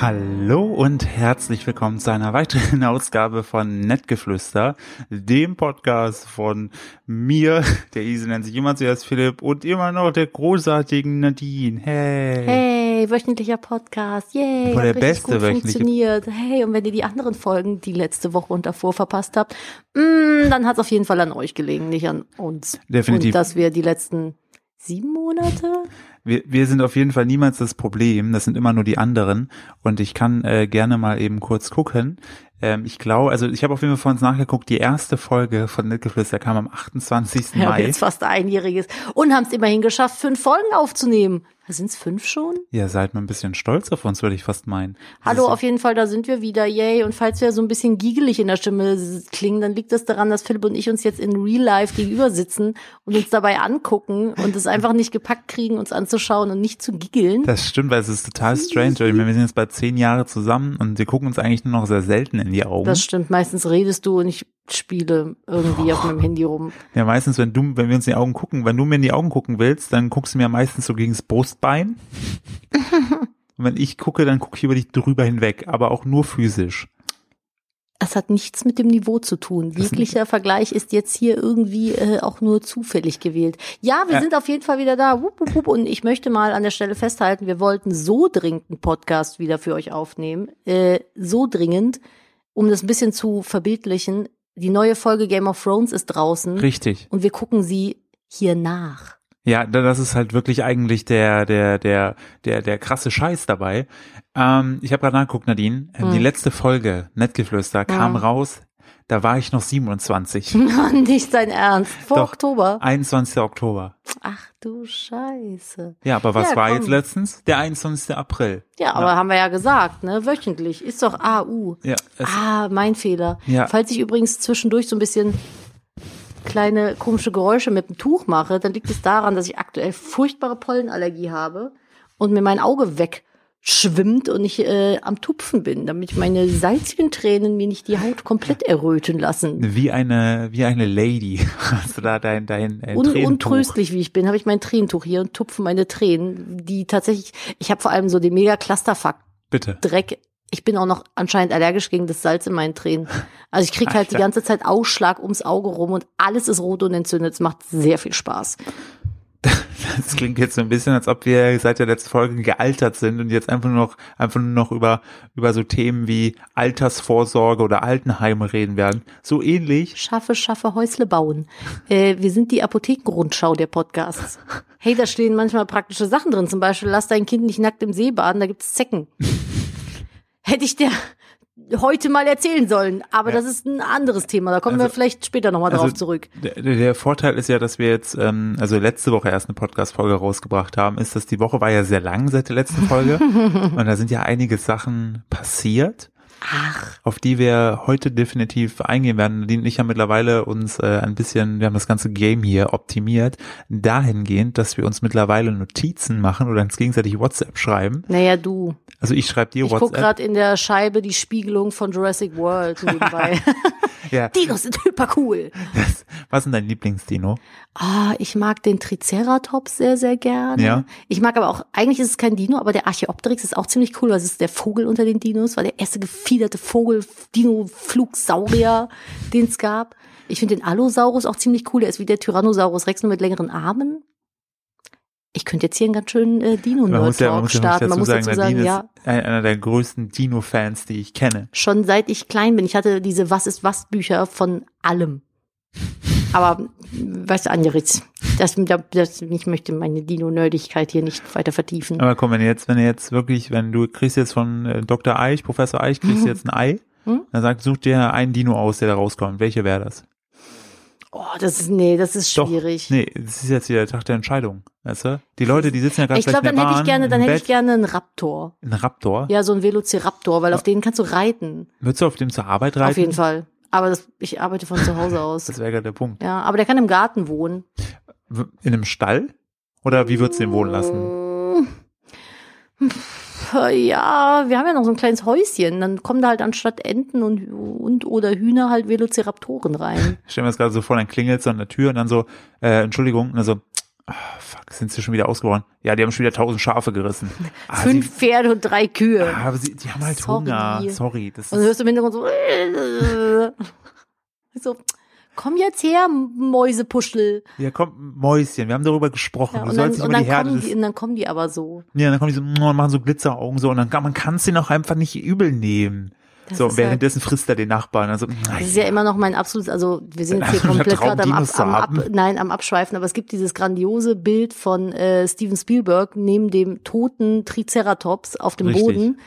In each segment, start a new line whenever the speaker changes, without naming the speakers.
Hallo und herzlich willkommen zu einer weiteren Ausgabe von Nettgeflüster, dem Podcast von mir, der Ise nennt sich immer zuerst Philipp und immer noch der großartigen Nadine. Hey.
Hey, wöchentlicher Podcast.
Voll
Yay.
Hm. der
hat richtig
beste
gut
wöchentliche-
funktioniert. Hey, und wenn ihr die anderen Folgen die letzte Woche und davor verpasst habt, mm, dann hat es auf jeden Fall an euch gelegen, nicht an uns.
Definitiv.
Und dass wir die letzten sieben Monate?
Wir, wir sind auf jeden Fall niemals das Problem, das sind immer nur die anderen. Und ich kann äh, gerne mal eben kurz gucken. Ähm, ich glaube, also ich habe auf jeden Fall vor uns nachgeguckt, die erste Folge von Nettgeflüster kam am 28.
Ja,
Mai.
jetzt fast einjähriges. Und haben es immerhin geschafft, fünf Folgen aufzunehmen. Sind es fünf schon?
Ihr seid mal ein bisschen stolz auf uns, würde ich fast meinen. Das
Hallo,
ist-
auf jeden Fall, da sind wir wieder, yay. Und falls wir so ein bisschen giegelig in der Stimme s- klingen, dann liegt das daran, dass Philipp und ich uns jetzt in Real Life gegenüber sitzen und uns dabei angucken und es einfach nicht gepackt kriegen, uns anzuschauen und nicht zu giegeln.
Das stimmt, weil es ist total strange. Ich meine, wir sind jetzt bei zehn Jahre zusammen und wir gucken uns eigentlich nur noch sehr selten in die Augen.
Das stimmt, meistens redest du und ich spiele irgendwie auf meinem Handy rum.
Ja, meistens, wenn du, wenn wir uns in die Augen gucken, wenn du mir in die Augen gucken willst, dann guckst du mir meistens so gegens Brustbein. und wenn ich gucke, dann gucke ich über dich drüber hinweg, aber auch nur physisch.
Das hat nichts mit dem Niveau zu tun. Jeglicher Vergleich ist jetzt hier irgendwie äh, auch nur zufällig gewählt. Ja, wir
Ja.
sind auf jeden Fall wieder da. Wupp, wupp, wupp. Und ich möchte mal an der Stelle festhalten, wir wollten so dringend einen Podcast wieder für euch aufnehmen. Äh, so dringend, um das ein bisschen zu verbildlichen. Die neue Folge Game of Thrones ist draußen
Richtig.
und wir gucken sie hier nach.
Ja, da- das ist halt wirklich eigentlich der, der, der, der, der krasse Scheiß dabei. Ähm, ich habe gerade nachgeguckt, Nadine. Ähm, Die
Hm.
letzte Folge, Nettgeflüster, kam
Ja. Hm.
raus. Da war ich noch 27.
Nicht sein Ernst. Vor
Doch.
Oktober.
21. Oktober.
Ach du Scheiße.
Ja, aber was
Ja,
war
komm.
jetzt letztens? Der 21. April.
Ja, aber haben wir ja gesagt, ne? Wöchentlich. Ist doch AU.
Ja, es,
Ah, mein Fehler.
Ja.
Falls ich übrigens zwischendurch so ein bisschen kleine komische Geräusche mit dem Tuch mache, dann liegt es daran, dass ich aktuell furchtbare Pollenallergie habe und mir mein Auge wegschwimmt und ich äh, am Tupfen bin, damit meine salzigen Tränen mir nicht die Haut komplett erröten lassen.
wie eine, wie eine Lady. Hast du da dein, dein, dein
Un
Tränentuch.
untröstlich wie ich bin, habe ich mein Tränentuch hier und tupfe meine Tränen, die tatsächlich, ich habe vor allem so den mega Clusterfuck
Bitte.
Dreck. Ich bin auch noch anscheinend allergisch gegen das Salz in meinen Tränen. Also ich krieg halt die
Alter.
ganze Zeit Ausschlag ums Auge rum und alles ist rot und entzündet. Es macht sehr viel Spaß.
Das klingt jetzt so ein bisschen, als ob wir seit der letzten Folge gealtert sind und jetzt einfach nur noch, einfach nur noch über, über so Themen wie Altersvorsorge oder Altenheime reden werden. So ähnlich.
Schaffe, schaffe, Häusle bauen. Äh, wir sind die Apothekenrundschau der Podcasts. Hey, da stehen manchmal praktische Sachen drin. Zum Beispiel, lass dein Kind nicht nackt im See baden, da gibt's Zecken. Hätte ich dir heute mal erzählen sollen. Aber
Ja.
das ist ein anderes Thema. Da kommen wir
Also-
vielleicht später nochmal mal
also-
drauf zurück.
Der, der Vorteil ist ja, dass wir jetzt, ähm, also letzte Woche erst eine Podcast-Folge rausgebracht haben, ist, dass die Woche war ja sehr lang seit der letzten Folge. und da sind ja einige Sachen passiert.
Ach,
auf die wir heute definitiv eingehen werden. Nadine und ich haben mittlerweile uns äh, ein bisschen, wir haben das ganze Game hier optimiert, dahingehend, dass wir uns mittlerweile Notizen machen oder uns gegenseitig WhatsApp schreiben.
naja, du.
Also ich schreibe dir
Ich guck
WhatsApp.
gerade in der Scheibe die Spiegelung von Jurassic World nebenbei.
Ja.
Dinos sind hyper cool.
Was ist denn dein Lieblingsdino?
Ah, ich mag den Triceratops sehr, sehr gerne.
Ja.
Ich mag aber auch, eigentlich ist es kein Dino, aber der Archaeopteryx ist auch ziemlich cool, weil es ist der Vogel unter den Dinos, war der erste gefiederte Vogel, Dino-Flugsaurier, den es gab. Ich finde den Allosaurus auch ziemlich cool, der ist wie der Tyrannosaurus Rex, nur mit längeren Armen. Ich könnte jetzt hier einen ganz schönen äh, Dino-Nerd-Talk starten. Man muss dazu sagen,
Nadine
ja.
ist ein- einer der größten Dino-Fans, die ich kenne.
schon seit ich klein bin. Ich hatte diese Was ist was Bücher von allem. Aber was anderes. Das, das, ich möchte meine Dino-Nerdigkeit hier nicht weiter vertiefen.
Aber komm, wenn jetzt, wenn jetzt wirklich, wenn du kriegst jetzt von äh, Dr. Eich, Professor Eich, kriegst du jetzt ein Ei,
Mhm.
dann sagt, such dir einen Dino aus, der da rauskommt. Welcher wäre das?
Oh, das ist, nee, das ist
Doch,
schwierig.
Nee, das ist jetzt wieder Tag der Entscheidung. Weißt du? Die Leute, die sitzen ja gerade
ich glaube,
in
dann
der
hätte ich
Bahn,
gerne, dann
im
hätte
Bett,
ich gerne einen Raptor.
einen Raptor.
Ja, so einen Velociraptor, weil auf den kannst du reiten.
Würdest du auf dem zur Arbeit reiten? Also
Auf jeden Fall. Aber das, ich arbeite von zu Hause aus.
Das wäre gerade der Punkt.
Ja, aber der kann im Garten wohnen.
W- In einem Stall? Oder wie würdest du den wohnen lassen?
Ja, wir haben ja noch so ein kleines Häuschen. Dann kommen da halt anstatt Enten und, und oder Hühner halt Velociraptoren rein.
Ich stell mir das gerade so vor, dann klingelt es an der Tür und dann so, äh, Entschuldigung, und dann so, Ah, fuck, sind sie schon wieder ausgeworden? Ja, die haben schon wieder tausend Schafe gerissen. Ah,
Fünf Pferde und drei
Sie,
Kühe.
ah, aber sie, die haben halt
Sorry. Also
Hunger. Sorry. Das
Und dann
ist,
hörst du im Hintergrund so. so komm jetzt her, Mäusepuschel.
ja, komm, Mäuschen, wir haben darüber gesprochen.
Ja,
du
und, dann,
sollst nicht
und,
immer
dann
die Herde
kommen
des
die, und dann kommen die aber so.
Ja, dann kommen die so, mm, und machen so Glitzeraugen so und dann kann man kann es den auch einfach nicht übel nehmen.
Das
so,
ist halt
währenddessen frisst er den Nachbarn. Also, nein.
Das ist ja immer noch mein absolutes, also wir sind jetzt hier
Einfach nur
komplett
Traum,
gerade am, ab,
Dinos zu
am, ab,
haben.
nein, am Abschweifen, aber es gibt dieses grandiose Bild von äh, Steven Spielberg neben dem toten Triceratops auf dem
Richtig.
Boden.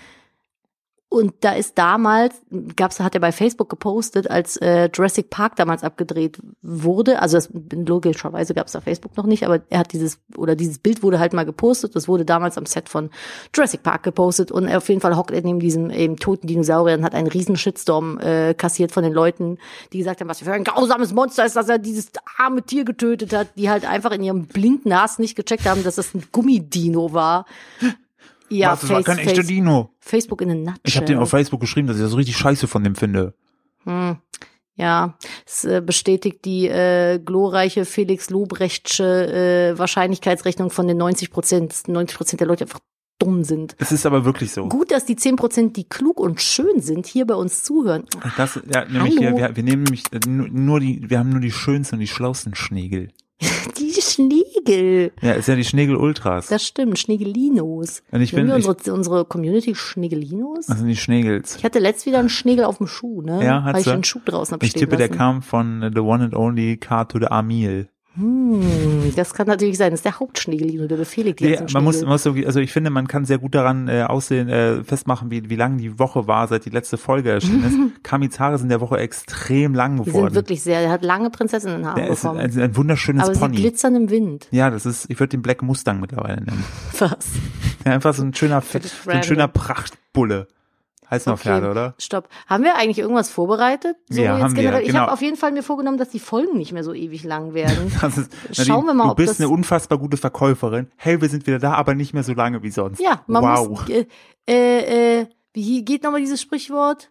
Und da ist damals, gab's, hat er bei Facebook gepostet, als äh, Jurassic Park damals abgedreht wurde. Also das, logischerweise gab's da Facebook noch nicht, aber er hat dieses, oder dieses Bild wurde halt mal gepostet. Das wurde damals am Set von Jurassic Park gepostet. Und auf jeden Fall hockt er neben diesem eben toten Dinosaurier und hat einen riesen Shitstorm äh, kassiert von den Leuten, die gesagt haben, was für ein grausames Monster ist, dass er dieses arme Tier getötet hat, die halt einfach in ihrem blinden Hass nicht gecheckt haben, dass das ein Gummidino war. Ja,
was, das war
face,
kein echter
face,
Dino.
Facebook in a nutshell.
Ich habe dem auf Facebook geschrieben, dass ich das so richtig scheiße von dem finde.
Hm. Ja, es äh, bestätigt die äh, glorreiche Felix Lobrechtsche äh, Wahrscheinlichkeitsrechnung von den 90 Prozent. 90 Prozent der Leute einfach dumm sind.
Es ist aber wirklich so.
Gut, dass die 10 Prozent, die klug und schön sind, hier bei uns zuhören.
Das, ja, nämlich
Hallo.
hier, wir, wir nehmen nämlich äh, nu- nur die, wir haben nur die schönsten und die schlausten Schnegel.
Die Schnegel.
Ja, ist ja die Schnegel Ultras.
Das stimmt, Schnegelinos.
Und ich
Nennen
bin,
wir
ich,
unsere, unsere Community Schnegelinos?
das sind die Schnegels.
Ich hatte letzt wieder einen Schnegel auf dem Schuh, ne?
Ja,
Weil ich
hat's,
einen Schuh draußen hab
Ich
stehen
tippe, der
lassen.
kam von äh, The One and Only Car to the Amil.
Hm, das kann natürlich sein. Das ist der Hauptschnegelino, der befehligt die
Ja,
ganzen
man muss,
Schnegel.
muss irgendwie, also ich finde, man kann sehr gut daran äh, aussehen, äh, festmachen, wie, wie lang die Woche war, seit die letzte Folge erschienen ist. Kamis Haare sind der Woche extrem lang
Die sind
geworden.
wirklich sehr, er hat lange Prinzessinnenhaare
Der ist ein,
bekommen.
ein, ein wunderschönes
aber sie
Pony.
glitzern im Wind.
Ja, das ist, ich würde den Black Mustang mittlerweile nennen.
Was?
Ja, einfach so ein schöner, Fe-
Das ist
so ein schöner Prachtbulle. Heißt noch
Okay.
Pferde, oder?
Stopp. Haben wir eigentlich irgendwas vorbereitet? So
Ja,
jetzt
haben wir,
generell. Ich
genau.
habe auf jeden Fall mir vorgenommen, dass die Folgen nicht mehr so ewig lang werden.
Das ist,
Schauen wir mal,
du
ob
bist
das-
eine unfassbar gute Verkäuferin. Hey, wir sind wieder da, aber nicht mehr so lange wie sonst.
ja, man
wow.
muss. Äh, äh, äh, wie geht nochmal dieses Sprichwort?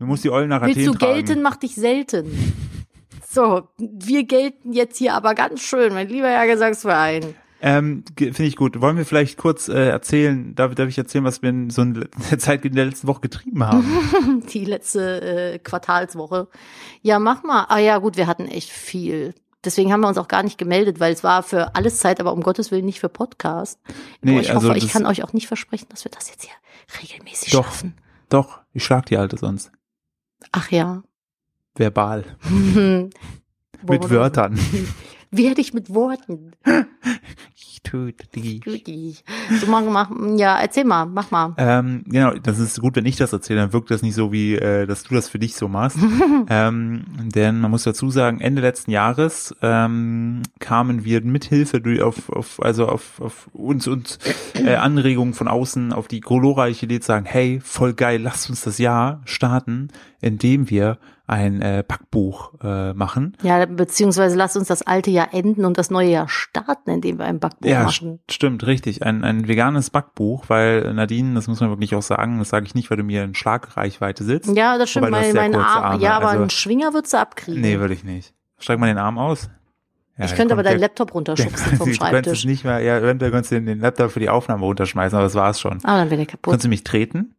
Du musst die Eulen nach
Willst
Athen
du gelten,
tragen.
mach dich selten. So, wir gelten jetzt hier aber ganz schön, mein lieber Herr Gesangsverein.
Ähm, ge- Finde ich gut. Wollen wir vielleicht kurz äh, erzählen, darf, darf ich erzählen, was wir in so in der Zeit in der letzten Woche getrieben
Mhm.
haben?
Die letzte äh, Quartalswoche. Ja, mach mal. Ah ja, gut, wir hatten echt viel. Deswegen haben wir uns auch gar nicht gemeldet, weil es war für alles Zeit, aber um Gottes Willen nicht für Podcast.
Nee,
Nee, ich
also
hoffe, ich
das-
kann euch auch nicht versprechen, dass wir das jetzt hier regelmäßig
Doch.
schaffen.
Doch, ich schlag die Alte sonst.
Ach ja.
Verbal.
Worüber-
Mit Wörtern.
Werde ich mit Worten.
Ich töte dich.
Guti. So, mach, mach, ja, erzähl mal, mach mal.
Ähm, genau, das ist gut, wenn ich das erzähle, dann wirkt das nicht so wie, äh, dass du das für dich so machst. ähm, denn man muss dazu sagen, Ende letzten Jahres ähm, kamen wir mithilfe durch auf, auf also auf, auf uns und äh, Anregungen von außen auf die glorreiche Idee zu sagen, hey, voll geil, lasst uns das Jahr starten, indem wir ein äh, Backbuch äh, machen.
Ja, beziehungsweise lasst uns das alte Jahr enden und das neue Jahr starten, indem wir ein Backbuch
Ja,
machen.
st- stimmt, richtig. Ein, ein veganes Backbuch, weil Nadine, das muss man wirklich auch sagen, das sage ich nicht, weil du mir in Schlagreichweite sitzt.
Ja, das stimmt.
Wobei, du hast
Mein,
sehr
mein
kurze
Arm,
Arme,
ja, aber
also-
einen Schwinger würdest du abkriegen.
Nee, würde ich nicht. Streck mal den Arm aus. Ja,
ich
dann
könnte aber
kommt der-
deinen Laptop
der-
runterschubsen vom
Du könntest
Schreibtisch.
nicht mehr, ja, eventuell könntest du den- den Laptop für die Aufnahme runterschmeißen, aber das war's schon.
Ah, dann wäre der kaputt.
Kannst Hm. du mich treten?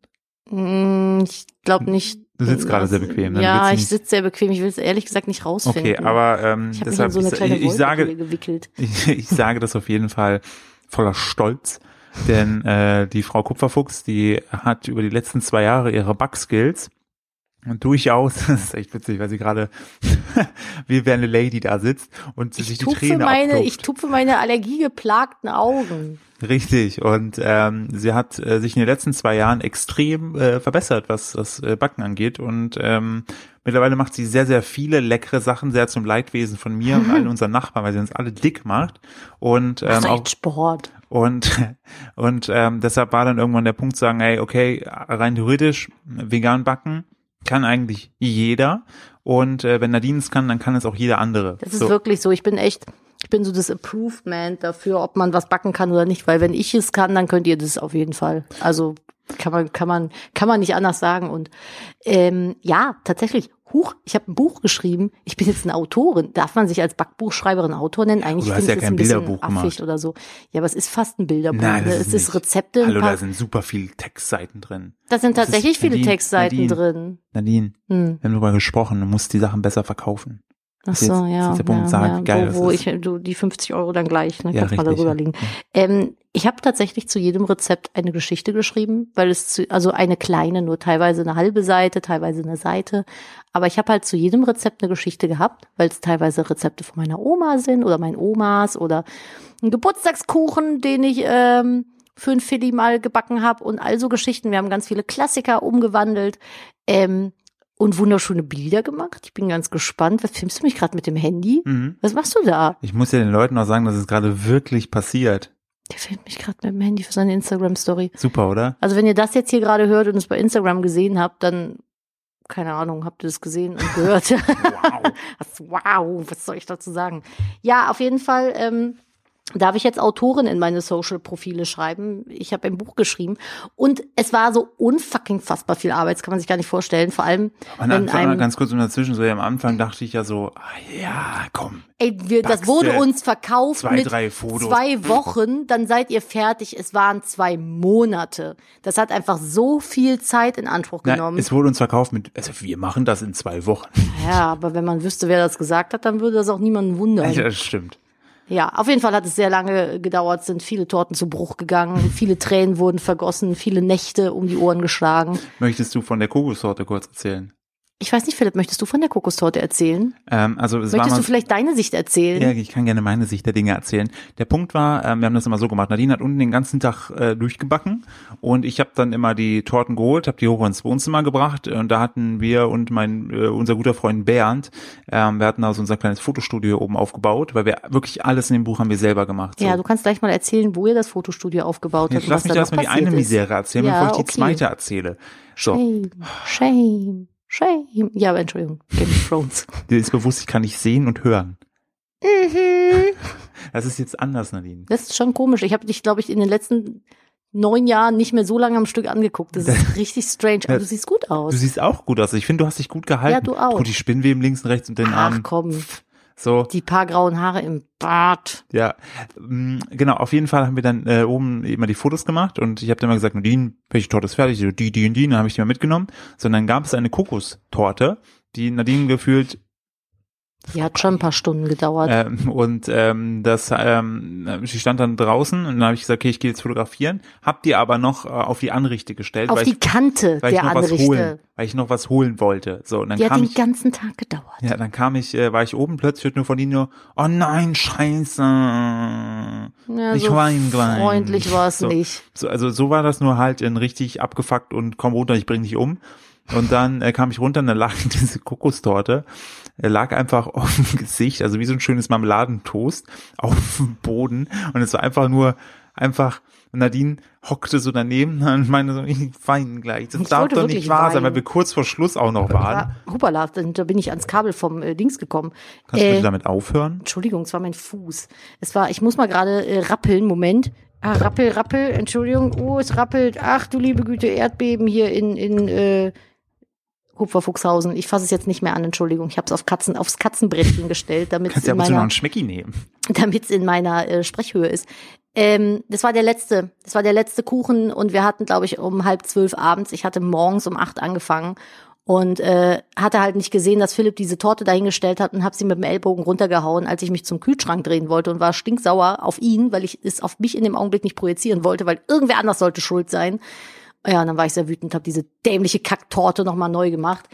Mm, Ich glaube nicht.
Du sitzt gerade sehr bequem, ne? Du willst
Äh, Ja, ich
nicht-
sitze sehr bequem. Ich will es ehrlich gesagt nicht rausfinden.
Okay, aber ähm,
ich habe mich in
deshalb
so eine
ich,
kleine
ich, ich
Wolke
sage,
hier gewickelt.
ich, ich sage das auf jeden Fall voller Stolz, denn äh, die Frau Kupferfuchs, die hat über die letzten zwei Jahre ihre Backskills und durchaus, das ist echt witzig, weil sie gerade wie wäre eine Lady da sitzt und sich
Ich
die
tupfe,
Träne Ähm,
meine,
abtupft.
ich tupfe meine allergiegeplagten Augen.
Richtig. Und ähm, sie hat äh, sich in den letzten zwei Jahren extrem äh, verbessert, was das äh, Backen angeht. Und ähm, mittlerweile macht sie sehr, sehr viele leckere Sachen, sehr zum Leidwesen von mir und
Mhm.
allen unseren Nachbarn, weil sie uns alle dick macht. Und ähm,
Mach
auch
echt Sport.
und und ähm, deshalb war dann irgendwann der Punkt zu sagen, hey, okay, rein theoretisch vegan backen kann eigentlich jeder. Und äh, wenn Nadine es kann, dann kann es auch jeder andere.
Das ist
So.
wirklich so. Ich bin echt, Ich bin so das Approved Man dafür, ob man was backen kann oder nicht, weil wenn ich es kann, dann könnt ihr das auf jeden Fall. Also kann man kann man kann man nicht anders sagen und ähm, ja tatsächlich huch ich habe ein Buch geschrieben ich bin jetzt eine Autorin darf man sich als Backbuchschreiberin Autor nennen eigentlich
Du hast
finde
ja
ich das
kein
ein bisschen
Bilderbuch
affig
gemacht.
oder so ja aber es ist fast ein Bilderbuch
Nein,
ne?
das
es
ist
ist,
nicht.
Rezepte
Hallo,
ein paar,
da sind super viele Textseiten drin.
da sind
das ist
tatsächlich viele
Nadine,
Textseiten
Nadine.
drin
Nadine,
hm.
wir haben darüber gesprochen, du musst die Sachen besser verkaufen.
ach
Ist
so
jetzt-
ja,
ist
ja,
jetzt der Punkt,
ja,
sag, wie geil das
wo, wo
ist.
ich du die 50 Euro dann gleich ne
Ja,
kannst mal
richtig,
darüber
ja.
liegen Ähm, ich habe tatsächlich zu jedem Rezept eine Geschichte geschrieben, weil es zu, also eine kleine, nur teilweise eine halbe Seite, teilweise eine Seite. Aber ich habe halt zu jedem Rezept eine Geschichte gehabt, weil es teilweise Rezepte von meiner Oma sind oder meinen Omas oder ein Geburtstagskuchen, den ich ähm, für ein Philly mal gebacken habe und all so Geschichten. Wir haben ganz viele Klassiker umgewandelt ähm, und wunderschöne Bilder gemacht. Ich bin ganz gespannt. Was filmst du mich gerade mit dem Handy?
Mhm.
Was machst du da?
Ich muss ja den Leuten auch sagen, dass es gerade wirklich passiert.
Der filmt mich gerade mit dem Handy für seine Instagram-Story.
Super, oder?
Also wenn ihr das jetzt hier gerade hört und es bei Instagram gesehen habt, dann keine Ahnung, habt ihr das gesehen und gehört?
Wow.
Was- wow, was soll ich dazu sagen? Ja, auf jeden Fall ähm, darf ich jetzt Autorin in meine Social-Profile schreiben. Ich habe ein Buch geschrieben und es war so unfucking fassbar viel Arbeit, das kann man sich gar nicht vorstellen. Vor allem,
Am
wenn
Anfang,
einem,
ganz kurz und dazwischen, so ja, am Anfang dachte ich ja so, ah, ja, komm,
ey, wir, das
Backste
wurde uns verkauft
zwei,
mit
drei Fotos.
zwei Wochen, dann seid ihr fertig. Es waren zwei Monate. Das hat einfach so viel Zeit in Anspruch
Na,
genommen.
es wurde uns verkauft mit, also wir machen das in zwei Wochen.
Ja, aber wenn man wüsste, wer das gesagt hat, dann würde das auch niemanden wundern.
Ja, das stimmt.
Ja, auf jeden Fall hat es sehr lange gedauert, sind viele Torten zu Bruch gegangen, viele Tränen wurden vergossen, viele Nächte um die Ohren geschlagen.
Möchtest du von der Kokossorte kurz erzählen?
Ich weiß nicht, Philipp, möchtest du von der Kokostorte erzählen?
Ähm, also es war
Möchtest
mal,
du vielleicht deine Sicht erzählen?
Ja, ich kann gerne meine Sicht der Dinge erzählen. Der Punkt war, ähm, wir haben das immer so gemacht. Nadine hat unten den ganzen Tag äh, durchgebacken und ich habe dann immer die Torten geholt, habe die hoch ins Wohnzimmer gebracht und da hatten wir und mein äh, unser guter Freund Bernd, ähm, wir hatten da so unser kleines Fotostudio oben aufgebaut, weil wir wirklich alles in dem Buch haben wir selber gemacht. So.
Ja, du kannst gleich mal erzählen, wo ihr das Fotostudio aufgebaut habt
Jetzt
und
lass
was
mich
da noch
erstmal die eine
passiert ist.
Misere erzählen,
Ja,
bevor ich die
okay.
zweite erzähle. So,
Shame, shame, shame. Ja, aber Entschuldigung, Game of Thrones.
dir ist bewusst, ich kann nicht sehen und hören.
Mhm.
Das ist jetzt anders, Nadine.
Das ist schon komisch. Ich habe dich, glaube ich, in den letzten neun Jahren nicht mehr so lange am Stück angeguckt. Das ist richtig strange. Aber du siehst gut aus.
Du siehst auch gut aus. Ich finde, du hast dich gut gehalten.
Ja, du auch.
Gut, die Spinnweben links und rechts und den Arm.
Ach komm,
So.
die paar grauen Haare im Bart.
Ja, mm, genau, auf jeden Fall haben wir dann äh, oben immer die Fotos gemacht und ich habe dann immer gesagt, Nadine, welche Torte ist fertig? Die, die, die und die, dann habe ich die mal mitgenommen. Sondern gab es eine Kokostorte, die Nadine gefühlt
Die hat schon ein paar Stunden gedauert.
ähm, und ähm, das, ähm, sie stand dann draußen und dann habe ich gesagt, okay, ich gehe jetzt fotografieren, hab die aber noch äh, auf die Anrichte gestellt,
Auf
weil,
die
ich,
Kante
weil ich
der
noch was holen,
Anrichte.
weil ich noch was holen wollte. So und dann
Die hat
kam
den
ich,
ganzen Tag gedauert.
ja, dann kam ich, äh, war ich oben, plötzlich hört nur von ihnen nur, oh nein, Scheiße.
Ja,
Ich
so
wein gleich.
freundlich war es
So.
nicht.
So, also so war das nur halt in richtig abgefuckt und komm runter, ich bring dich um. Und dann äh, kam ich runter und dann lag diese Kokostorte, äh, lag einfach auf dem Gesicht, also wie so ein schönes Marmeladentoast auf dem Boden. Und es war einfach nur, einfach, Nadine hockte so daneben und meinte so, ich weine gleich. Das
Ich
darf
wollte
doch nicht
wirklich
wahr sein,
weinen.
weil wir kurz vor Schluss auch noch waren.
Ja, Hupala, dann- Ah, da bin ich ans Kabel vom äh, Dings gekommen.
Kannst du
Äh,
bitte damit aufhören?
Entschuldigung, es war mein Fuß. Es war, ich muss mal gerade äh, rappeln, Moment. Ah, rappel, rappel, Entschuldigung. Oh, es rappelt. Ach du liebe Güte, Erdbeben hier in, in äh, Kupferfuchshausen. Ich fasse es jetzt nicht mehr an, Entschuldigung. Ich habe es auf Katzen, aufs Katzenbrettchen gestellt, damit es
Kannst ja
in
ab und zu noch
meiner
einen Schmecki nehmen.
damit es in meiner äh, Sprechhöhe ist. Ähm, das war der letzte, das war der letzte Kuchen und wir hatten, glaube ich, um halb zwölf abends. Ich hatte morgens um acht angefangen und äh, hatte halt nicht gesehen, dass Philipp diese Torte dahingestellt hat und habe sie mit dem Ellbogen runtergehauen, als ich mich zum Kühlschrank drehen wollte und war stinksauer auf ihn, weil ich es auf mich in dem Augenblick nicht projizieren wollte, weil irgendwer anders sollte schuld sein. Ja, und dann war ich sehr wütend, habe diese dämliche Kacktorte nochmal neu gemacht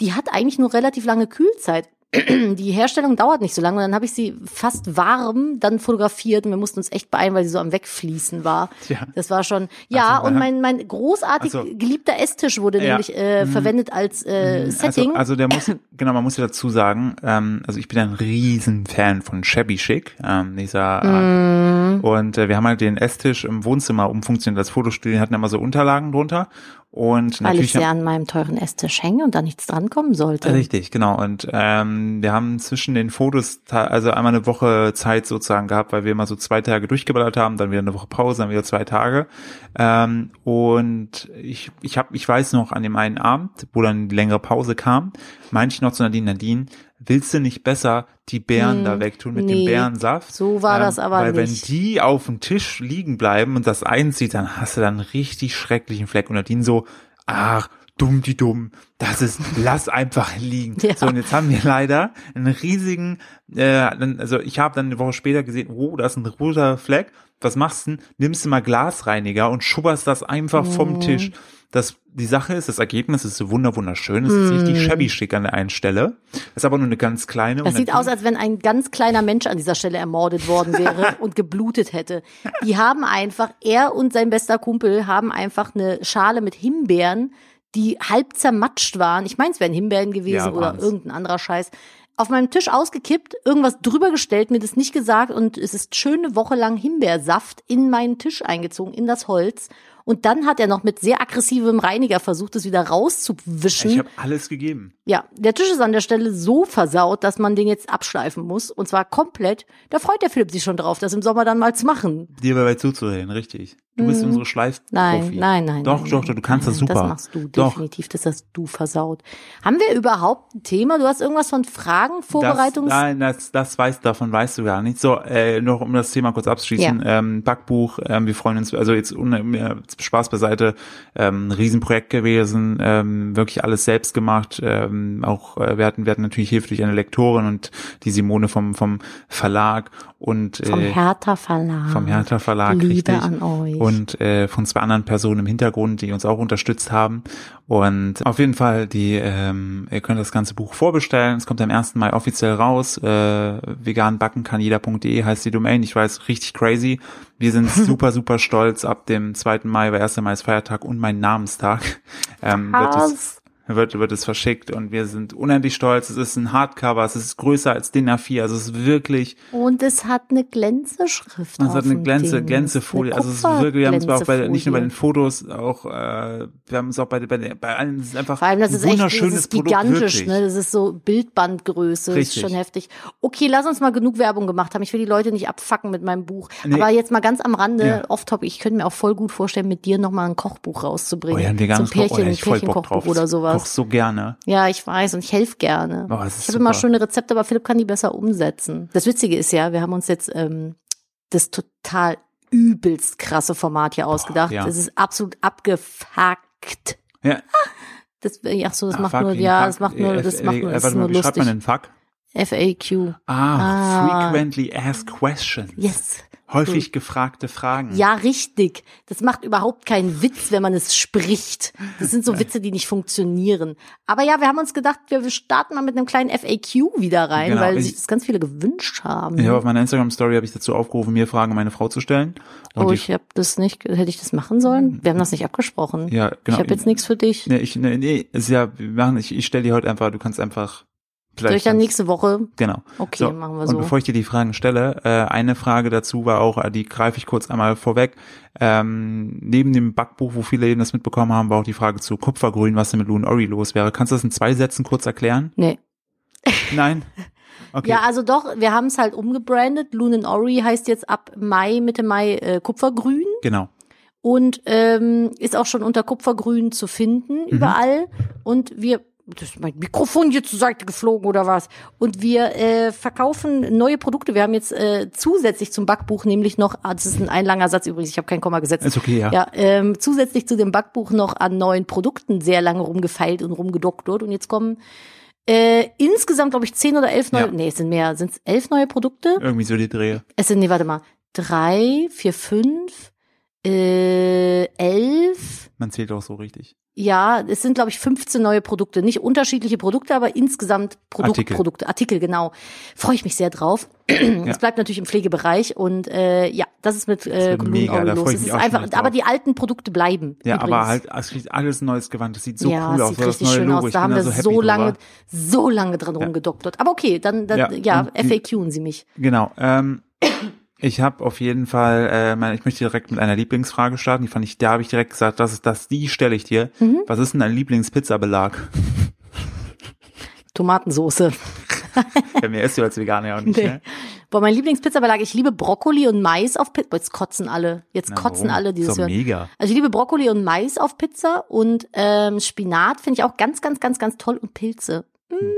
die hat eigentlich nur relativ lange Kühlzeit. Die Herstellung dauert nicht so lange und dann habe ich sie fast warm dann fotografiert und wir mussten uns echt beeilen, weil sie so am Wegfließen war.
Tja. Also
Das war schon, ja,
so,
und
aha.
mein, mein großartig
Ach so.
geliebter Esstisch wurde
Also Ja.
nämlich äh,
Mhm.
verwendet als äh, Setting.
Also, also der muss, genau, man muss ja dazu sagen, ähm, also ich bin ein riesen Fan von Shabby Chic, ähm, dieser äh, und äh, wir haben halt den Esstisch im Wohnzimmer umfunktioniert als Fotostudio, hatten immer so Unterlagen drunter und
weil ich
natürlich
sehr an meinem teuren Esstisch hänge und da nichts drankommen sollte.
Richtig, genau. Und ähm, wir haben zwischen den Fotos ta- also einmal eine Woche Zeit sozusagen gehabt, weil wir immer so zwei Tage durchgeballert haben, dann wieder eine Woche Pause, dann wieder zwei Tage. Ähm, und ich ich habe ich weiß noch an dem einen Abend, wo dann die längere Pause kam, meinte ich noch zu Nadine, Nadine, willst du nicht besser die Beeren da wegtun mit dem
Hm, nee,
Beerensaft?
so war das aber
weil
nicht.
Wenn die auf dem Tisch liegen bleiben und das einzieht, dann hast du dann einen richtig schrecklichen Fleck. Und Nadine so, ach, dumm die dumm, das ist, lass einfach liegen.
Ja.
So, und jetzt haben wir leider einen riesigen, äh, dann- also ich habe dann eine Woche später gesehen, oh, da ist ein roter Fleck. Was machst du denn? Nimmst du mal Glasreiniger und schubberst das einfach
Mhm.
vom Tisch. Das, die Sache ist, das Ergebnis ist so wunder wunderschön. Es ist richtig shabby schick an der einen Stelle. Ist aber nur eine ganz kleine.
Mhm. Das
und
sieht
dann-
aus, als wenn ein ganz kleiner Mensch an dieser Stelle ermordet worden wäre und geblutet hätte. Die haben einfach, er und sein bester Kumpel haben einfach eine Schale mit Himbeeren, die halb zermatscht waren. Ich meine, es wären Himbeeren gewesen
Ja,
oder
waren's.
irgendein anderer Scheiß. Auf meinem Tisch ausgekippt, irgendwas drüber gestellt, mir das nicht gesagt und es ist schöne Woche lang Himbeersaft in meinen Tisch eingezogen, in das Holz. Und dann hat er noch mit sehr aggressivem Reiniger versucht, es wieder rauszuwischen.
Ich habe alles gegeben.
Ja, der Tisch ist an der Stelle so versaut, dass man den jetzt abschleifen muss. Und zwar komplett. Da freut der Philipp sich schon drauf, das im Sommer dann mal zu machen.
Dir dabei zuzureden, richtig. Du bist unsere Schleifprofi.
Mhm. Nein, nein, nein.
Doch,
nein,
doch, doch, du kannst das super.
Das machst du
Doch.
definitiv, das hast du versaut. Haben wir überhaupt ein Thema? Du hast irgendwas von Fragen, Vorbereitungs...
Das, nein, das, das weißt, davon weißt du gar nicht. So, äh, noch um das Thema kurz abzuschließen. Ähm, Backbuch, ähm, wir freuen uns, also jetzt ohne mehr Spaß beiseite, ähm, ein Riesenprojekt gewesen, ähm, wirklich alles selbst gemacht. Ähm, auch äh, wir hatten, wir hatten natürlich Hilfe durch eine Lektorin und die Simone vom vom Verlag und
vom
äh,
Hertha Verlag.
vom Hertha Verlag,
Ah, Liebe
richtig.
an euch.
Und äh, von zwei anderen Personen im Hintergrund, die uns auch unterstützt haben. Und auf jeden Fall, die, ähm, ihr könnt das ganze Buch vorbestellen. Es kommt am 1. Mai offiziell raus. Äh, veganbackenkannjeder.de heißt die Domain. Ich weiß, richtig crazy. Wir sind super, super stolz. Ab dem 2. Mai, weil 1. Mai ist Feiertag und mein Namenstag. Ähm, wird es
Was?
wird, wird es verschickt und wir sind unendlich stolz. Es ist ein Hardcover, es ist größer als DIN A4, also es ist wirklich
Und es hat eine Glänzeschrift
und es Also hat
auf
eine
dem
Glänze,
Ding.
Glänzefolie.
Eine
Also es ist wirklich, wir haben es auch bei, nicht nur bei
Kupferglänzefolie.
den Fotos, auch äh, wir haben es auch bei, den- bei, den- bei allen, es ist einfach
Vor allem, das
ein
ist echt das
wunderschönes
ist
Produkt,
gigantisch,
wirklich.
ne? Das ist so Bildbandgröße,
Richtig.
ist schon heftig. Okay, lass uns mal genug Werbung gemacht haben. Ich will die Leute nicht abfacken mit meinem Buch.
Nee.
Aber jetzt mal ganz am Rande,
Ja.
off top, ich könnte mir auch voll gut vorstellen, mit dir nochmal ein Kochbuch
Oh,
rauszubringen.
ja, ein veganes
so ein Pärchen,
Koch, oh, da hätte ich voll Bock drauf.
Pärchenkochbuch oder
Koch
sowas.
so gerne.
Ja, ich weiß und ich helfe gerne.
Oh, das ist
ich habe immer
super.
schöne Rezepte, aber Philipp kann die besser umsetzen. Das Witzige ist ja, wir haben uns jetzt ähm, das total übelst krasse Format hier ausgedacht.
ja.
Es ist absolut abgefuckt.
Ja,
Das, ach so, das
ah,
macht
fuck,
nur,
wie
ja,
fuck,
das macht nur,
äh,
das
F-
macht
äh,
nur, das ist
warte
nur
mal, wie schreibt man denn
lustig.
Fuck?
FAQ.
Ah,
Ah.
frequently asked questions.
Yes.
Häufig gefragte Fragen.
Ja, richtig. Das macht überhaupt keinen Witz, wenn man es spricht. Das sind so Witze, die nicht funktionieren. Aber ja, wir haben uns gedacht, wir wir starten mal mit einem kleinen FAQ wieder rein,
Genau,
weil
ich-
sich das ganz viele gewünscht haben.
Ich habe auf meiner Instagram-Story habe ich dazu aufgerufen, mir Fragen an meine Frau zu stellen. Und
oh,
die- Mhm.
ich habe das nicht, hätte ich das machen sollen? Wir haben das nicht abgesprochen.
Ja, genau.
Ich habe jetzt nichts für dich.
Nee, ich, nee, nee, ist ja, wir machen, ich, ich stelle dir heute einfach, du kannst einfach
Soll
vielleicht.
ich dann
kannst-
nächste Woche?
Genau.
Okay,
So,
machen wir
und
so.
bevor ich dir die Fragen stelle, äh, eine Frage dazu war auch, äh, die greife ich kurz einmal vorweg. Ähm, neben dem Backbuch, wo viele eben das mitbekommen haben, war auch die Frage zu Kupfergrün, was denn mit Lou Ori los wäre. Kannst du das in zwei Sätzen kurz erklären?
Nee.
Nein? Okay.
Ja, also doch, wir haben es halt umgebrandet. Lunan Ori heißt jetzt ab Mai, Mitte Mai äh, Kupfergrün.
Genau.
und ähm, ist auch schon unter Kupfergrün zu finden überall. Und wir, das ist mein Mikrofon hier zur Seite geflogen oder was? Und wir äh, verkaufen neue Produkte. Wir haben jetzt äh, zusätzlich zum Backbuch nämlich noch, ah, das ist ein, ein langer Satz übrigens, ich habe kein Komma gesetzt.
Ist okay, ja.
Ja, ähm, zusätzlich zu dem Backbuch noch an neuen Produkten sehr lange rumgefeilt und rumgedoktert. Und jetzt kommen äh, insgesamt, glaube ich, zehn oder elf neue,
Ja.
nee, es sind mehr, sind es elf neue Produkte?
Irgendwie so die Drehe.
Es sind, nee, warte mal, drei, vier, fünf, äh, elf.
Man zählt auch so richtig.
Ja, es sind, glaube ich, 15 neue Produkte. Nicht unterschiedliche Produkte, aber insgesamt Produkt,
Artikel.
Produkte, Artikel, genau. Freue ich mich sehr drauf. Es bleibt natürlich im Pflegebereich und äh, ja, Das ist mit äh,
wird mega,
Kolonenauge
da
los.
freu ich
Das
mich
ist
auch schon
einfach,
echt
aber
drauf.
die alten Produkte bleiben.
Ja, aber
übrigens.
halt, es kriegt alles ein neues Gewand. Das sieht so
ja,
cool
es
aus.
sieht
oder? das
richtig
neue
schön
Logo.
aus.
Ich
Da
bin
haben wir
so, happy
so lange,
drüber.
so lange dran rumgedoktert. Aber okay, dann, dann
Ja,
ja,
und die-
FAQen Sie mich.
Genau. Ähm, ich habe auf jeden Fall, äh, meine, ich möchte direkt mit einer Lieblingsfrage starten. Die fand ich, da habe ich direkt gesagt, das ist das, die stelle ich dir.
Mhm.
Was ist denn dein Lieblingspizzabelag?
Tomatensoße.
ja, mehr isst du als Veganer und nicht,
Nee.
ne?
Boah, mein Lieblingspizzabelag, ich liebe Brokkoli und Mais auf Pizza. Jetzt kotzen alle. Jetzt
Na,
kotzen
warum?
alle dieses
Ist doch
Jahr.
mega.
Also ich liebe Brokkoli und Mais auf Pizza und ähm, Spinat finde ich auch ganz, ganz, ganz, ganz toll und Pilze.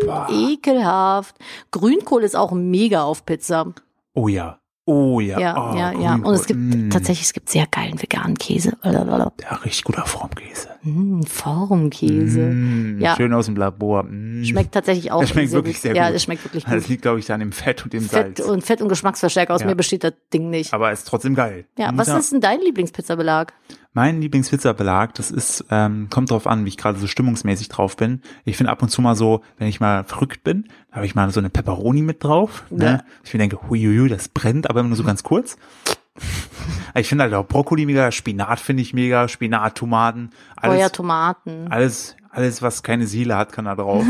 Boah.
Ekelhaft. Grünkohl ist auch mega auf Pizza.
Oh ja. Oh ja.
Ja,
oh,
ja, ja. Und es gibt
Grünkohl. Mm.
tatsächlich, es gibt sehr geilen veganen Käse.
Ja, richtig guter Formkäse.
Mm, Formkäse.
Mm,
Ja.
Schön aus dem Labor. Mm.
Schmeckt tatsächlich auch
Das schmeckt
sehr
wirklich
gut.
sehr
Ja,
gut.
das schmeckt wirklich
Das
gut.
liegt, glaube ich, an dem Fett und dem
Fett
Salz.
und Fett und Geschmacksverstärker aus
Ja.
mir besteht das Ding nicht.
Aber ist trotzdem geil. Mm,
Ja, was
Guter-
ist denn dein Lieblingspizzabelag?
Mein Lieblingspizzabelag, das ist, ähm, kommt drauf an, wie ich gerade so stimmungsmäßig drauf bin. Ich finde ab und zu mal so, wenn ich mal verrückt bin, da habe ich mal so eine Pepperoni mit drauf. Ne? Ich mir denke, huiuiui, das brennt, aber immer nur so ganz kurz. Ich finde halt auch Brokkoli mega, Spinat finde ich mega, Spinat, Tomaten, alles,
Euer Tomaten.
alles, alles, was keine Seele hat, kann da drauf.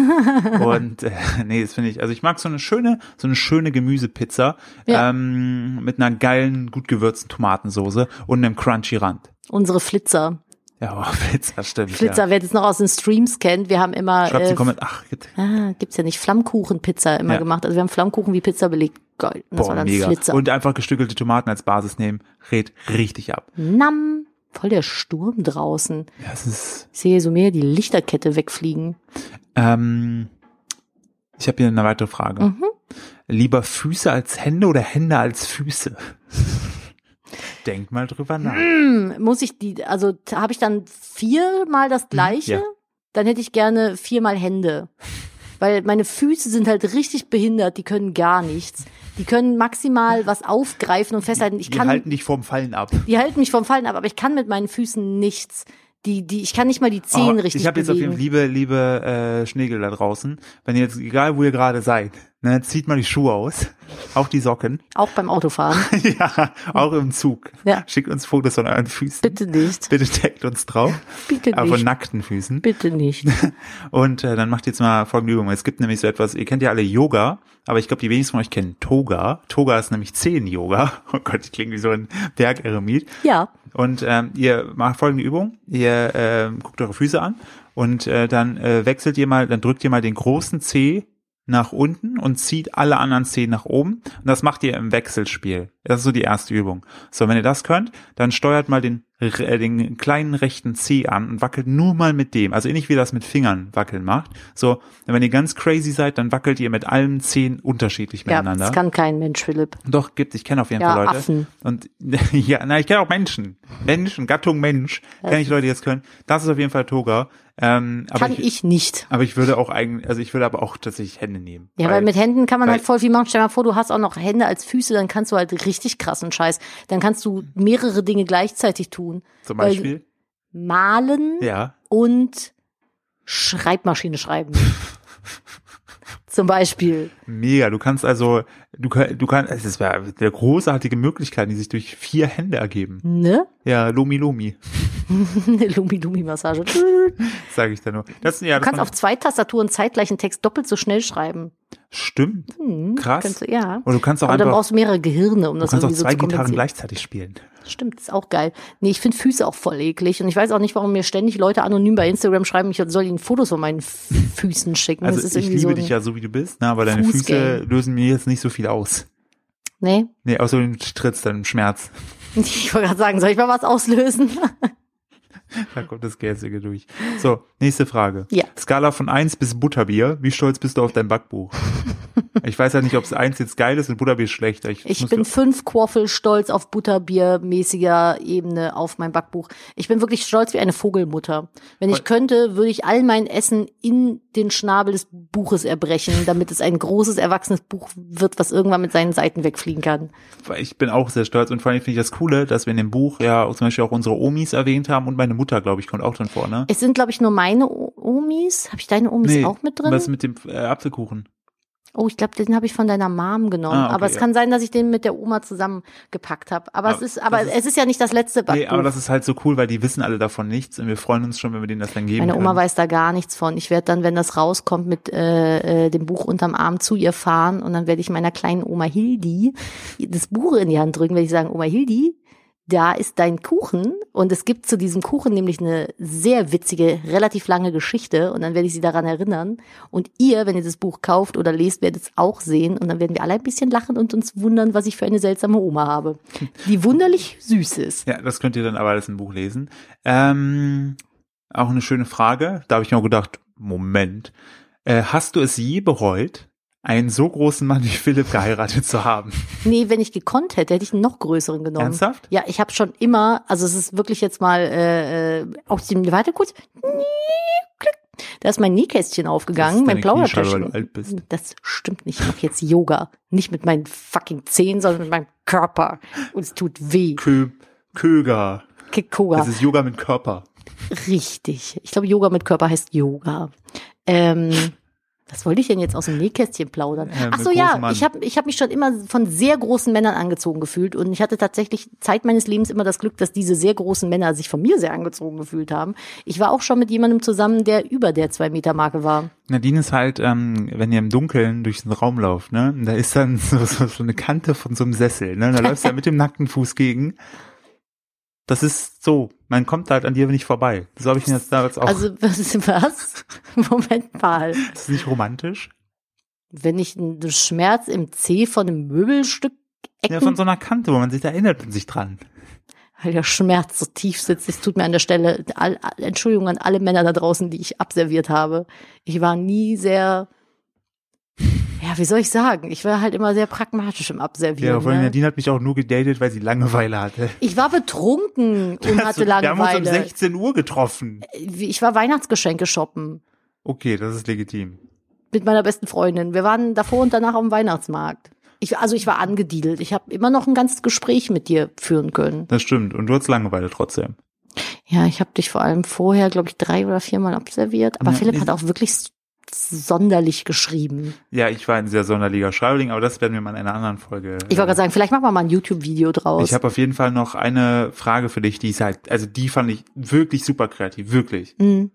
und äh, nee, das finde ich, also ich mag so eine schöne, so eine schöne Gemüsepizza
Ja.
ähm, mit einer geilen, gut gewürzten Tomatensoße und einem crunchy Rand.
Unsere Flitzer.
Ja, boah, Flitzer, stimmt.
Flitzer,
ja.
wer das noch aus den Streams kennt, wir haben immer,
Schreibt
äh,
einen Kommentar. Ach, jetzt-
ah, gibt's ja nicht, Flammkuchenpizza immer
Ja.
gemacht. Also wir haben Flammkuchen wie Pizza belegt. Geil. Und das war
boah,
dann
mega.
Flitzer.
Und einfach gestückelte Tomaten als Basis nehmen, rät richtig ab.
Nam. Voll der Sturm draußen.
Ja, es ist,
Ich sehe so mehr die Lichterkette wegfliegen.
ähm, ich habe hier eine weitere Frage.
Mhm.
Lieber Füße als Hände oder Hände als Füße? Denk mal drüber nach.
Hm, muss ich die, also habe ich dann viermal das gleiche?
Mhm, ja.
Dann hätte ich gerne viermal Hände. Weil meine Füße sind halt richtig behindert, die können gar nichts. Die können maximal was aufgreifen und festhalten. Ich
Die
kann
halten dich vom Fallen ab.
Die halten mich vom Fallen ab, aber ich kann mit meinen Füßen nichts. Die, die, ich kann nicht mal die Zehen
Oh,
richtig
ich habe jetzt auf jeden
bewegen.
Fall, liebe, liebe äh, Schnegel da draußen, wenn ihr jetzt, egal wo ihr gerade seid, ne, zieht mal die Schuhe aus, auch die Socken,
auch beim Autofahren.
ja, auch im Zug.
Ja.
Schickt uns Fotos von euren Füßen.
Bitte nicht.
Bitte taggt uns drauf.
Bitte
Aber von
nicht.
nackten Füßen.
Bitte nicht.
Und äh, dann macht jetzt mal folgende Übung. Es gibt nämlich so etwas, ihr kennt ja alle Yoga, aber ich glaube, die wenigsten von euch kennen Toga. Toga ist nämlich Zehen-Yoga. Oh Gott, ich klinge wie so ein Bergeremit.
Ja.
Und ähm, ihr macht folgende Übung. Ihr ähm, guckt eure Füße an und äh, dann äh, wechselt ihr mal, dann drückt ihr mal den großen Zeh nach unten und zieht alle anderen Zehen nach oben. Und das macht ihr im Wechselspiel. Das ist so die erste Übung. So, wenn ihr das könnt, dann steuert mal den, r- äh, den kleinen rechten Zeh an und wackelt nur mal mit dem. Also ähnlich wie das mit Fingern wackeln macht. So, wenn ihr ganz crazy seid, dann wackelt ihr mit allen Zehen unterschiedlich
Ja,
miteinander.
das kann kein Mensch, Philipp.
Doch, gibt Ich kenne auf jeden
Ja,
Fall Leute.
Affen.
Und ja, na, ich kenne auch Menschen. Menschen, Gattung Mensch. Kenne ich Leute, die das können. Das ist auf jeden Fall Toga. Ähm, aber
Kann
ich,
ich nicht.
aber ich würde auch eigentlich, also ich würde aber auch tatsächlich Hände nehmen.
Ja, weil mit Händen kann man
weil-
halt voll viel machen. Stell dir mal vor, du hast auch noch Hände als Füße, dann kannst du halt richtig krassen Scheiß. Dann kannst du mehrere Dinge gleichzeitig tun.
zum
weil-
Beispiel.
Malen
ja.
und Schreibmaschine schreiben. Zum Beispiel.
Mega. Du kannst also, du, kann- du kannst, es ist ja eine großartige Möglichkeit, die sich durch vier Hände ergeben.
Ne?
Ja, Lomi Lomi,
Eine Lumi-Lumi-Massage.
sage ich da nur. Das, ja,
Du
das
kannst
man-
auf zwei Tastaturen zeitgleich einen Text doppelt so schnell schreiben.
Stimmt.
Hm,
Krass.
Kannst, du- ja.
Oder du kannst auch
Aber dann
einfach,
brauchst du mehrere Gehirne, um
du
das
kannst auch
irgendwie so
zwei
zu
Gitarren
kompensieren.
gleichzeitig spielen.
Stimmt, ist auch geil. Nee, ich finde Füße auch voll eklig. Und ich weiß auch nicht, warum mir ständig Leute anonym bei Instagram schreiben, ich soll ihnen Fotos von meinen F- Füßen schicken.
Also
das ist
ich
irgendwie
liebe
so ein,
dich ja so, wie du bist, ne, aber deine Füße
Fußgang.
lösen mir jetzt nicht so viel aus.
Nee?
Nee, außer du trittst dann im Schmerz.
Ich wollte gerade sagen, soll ich mal was auslösen?
Da kommt das Gäsige durch. So, nächste Frage.
Ja.
Skala von 1 bis Butterbier. Wie stolz bist du auf dein Backbuch? ich weiß ja nicht, ob es 1 jetzt geil ist und Butterbier schlecht. Ich,
Ich
muss-
bin fünf Quaffel stolz auf Butterbier-mäßiger Ebene auf mein Backbuch. Ich bin wirklich stolz wie eine Vogelmutter. Wenn ich
Voll.
könnte, würde ich all mein Essen in den Schnabel des Buches erbrechen, damit es ein großes, erwachsenes Buch wird, was irgendwann mit seinen Seiten wegfliegen kann.
ich bin auch sehr stolz und vor allem finde ich das Coole, dass wir in dem Buch ja zum Beispiel auch unsere Omis erwähnt haben und meine Mutter, glaube ich, kommt auch drin vor, ne?
Es sind, glaube ich, nur meine O- Omis. Habe ich deine Omis auch mit drin?
Was mit dem äh, Apfelkuchen?
Oh, ich glaube, den habe ich von deiner Mom genommen.
Ah, okay,
aber es
ja.
kann sein, dass ich den mit der Oma zusammengepackt habe. Aber, es
Aber
ist, aber
das ist-
es ist ja nicht das letzte Backbuch.
Nee, aber das ist halt so cool, weil die wissen alle davon nichts und wir freuen uns schon, wenn wir denen das dann geben
Meine
können.
Oma weiß da gar nichts von. Ich werde dann, wenn das rauskommt, mit äh, äh, dem Buch unterm Arm zu ihr fahren und dann werde ich meiner kleinen Oma Hildi das Buch in die Hand drücken, werde ich sagen, Oma Hildi, da ist dein Kuchen und es gibt zu diesem Kuchen nämlich eine sehr witzige, relativ lange Geschichte und dann werde ich sie daran erinnern und ihr, wenn ihr das Buch kauft oder lest, werdet es auch sehen und dann werden wir alle ein bisschen lachen und uns wundern, was ich für eine seltsame Oma habe, die wunderlich süß ist.
Ja, das könnt ihr dann aber alles im Buch lesen. Ähm, auch eine schöne Frage. Da habe ich mir auch gedacht, Moment, äh, hast du es je bereut, einen so großen Mann wie Philipp geheiratet zu haben?
Nee, wenn ich gekonnt hätte, hätte ich einen noch größeren genommen.
Ernsthaft?
Ja, ich habe schon immer, also es ist wirklich jetzt mal äh, äh, aus dem, warte kurz. Da ist mein Nähkästchen
Das
aufgegangen,
ist
mein
deine Kniescheibe, weil
Plaudertisch.
du alt bist.
Das stimmt nicht. Ich mache jetzt Yoga. Nicht mit meinen fucking Zehen, sondern mit meinem Körper. Und es tut weh.
Kö Köger.
Kikoa.
Das ist Yoga mit Körper.
Richtig. Ich glaube, Yoga mit Körper heißt Yoga. Ähm, was wollte ich denn jetzt aus dem Nähkästchen plaudern?
Ja,
Ach
Äh, mit
so, ja,
großem Mann.
ich habe ich hab mich schon immer von sehr großen Männern angezogen gefühlt und ich hatte tatsächlich Zeit meines Lebens immer das Glück, dass diese sehr großen Männer sich von mir sehr angezogen gefühlt haben. Ich war auch schon mit jemandem zusammen, der über der zwei Meter Marke war.
Nadine ist halt, ähm, wenn ihr im Dunkeln durch den Raum lauft, ne, und da ist dann so, so, so eine Kante von so einem Sessel, ne, und da läufst du ja mit dem nackten Fuß gegen. Das ist so, man kommt halt an dir nicht vorbei. So habe ich ihn jetzt damals auch.
Also was? was? Moment mal.
ist das nicht romantisch?
Wenn ich einen Schmerz im Zeh von einem Möbelstück
Ja,
Ecken
von so einer Kante, wo man sich da erinnert und sich dran.
weil der Schmerz so tief sitzt. Es tut mir an der Stelle all, all- Entschuldigung an alle Männer da draußen, die ich abserviert habe. Ich war nie sehr, ja, wie soll ich sagen? Ich war halt immer sehr pragmatisch im
Ja,
Abservieren.
obwohl
ne?
Nadine hat mich auch nur gedatet, weil sie Langeweile hatte.
Ich war betrunken und hatte
Wir haben uns um
Langeweile.
16 Uhr getroffen.
Ich war Weihnachtsgeschenke shoppen
Okay, das ist legitim.
mit meiner besten Freundin. Wir waren davor und danach auf dem Weihnachtsmarkt. Ich, also ich war angediedelt. Ich habe immer noch ein ganzes Gespräch mit dir führen können.
Das stimmt. Und du hast Langeweile trotzdem.
Ja, ich habe dich vor allem vorher, glaube ich, drei oder viermal observiert. Aber
Ja,
Philipp
ich-
hat auch wirklich s- sonderlich geschrieben.
Ja, ich war ein sehr sonderlicher Schreiberling, aber das werden wir mal in einer anderen Folge.
Ich wollte gerade sagen, vielleicht machen wir mal ein YouTube-Video draus.
Ich habe auf jeden Fall noch eine Frage für dich, die ist halt, also die fand ich wirklich super kreativ, wirklich.
Hm.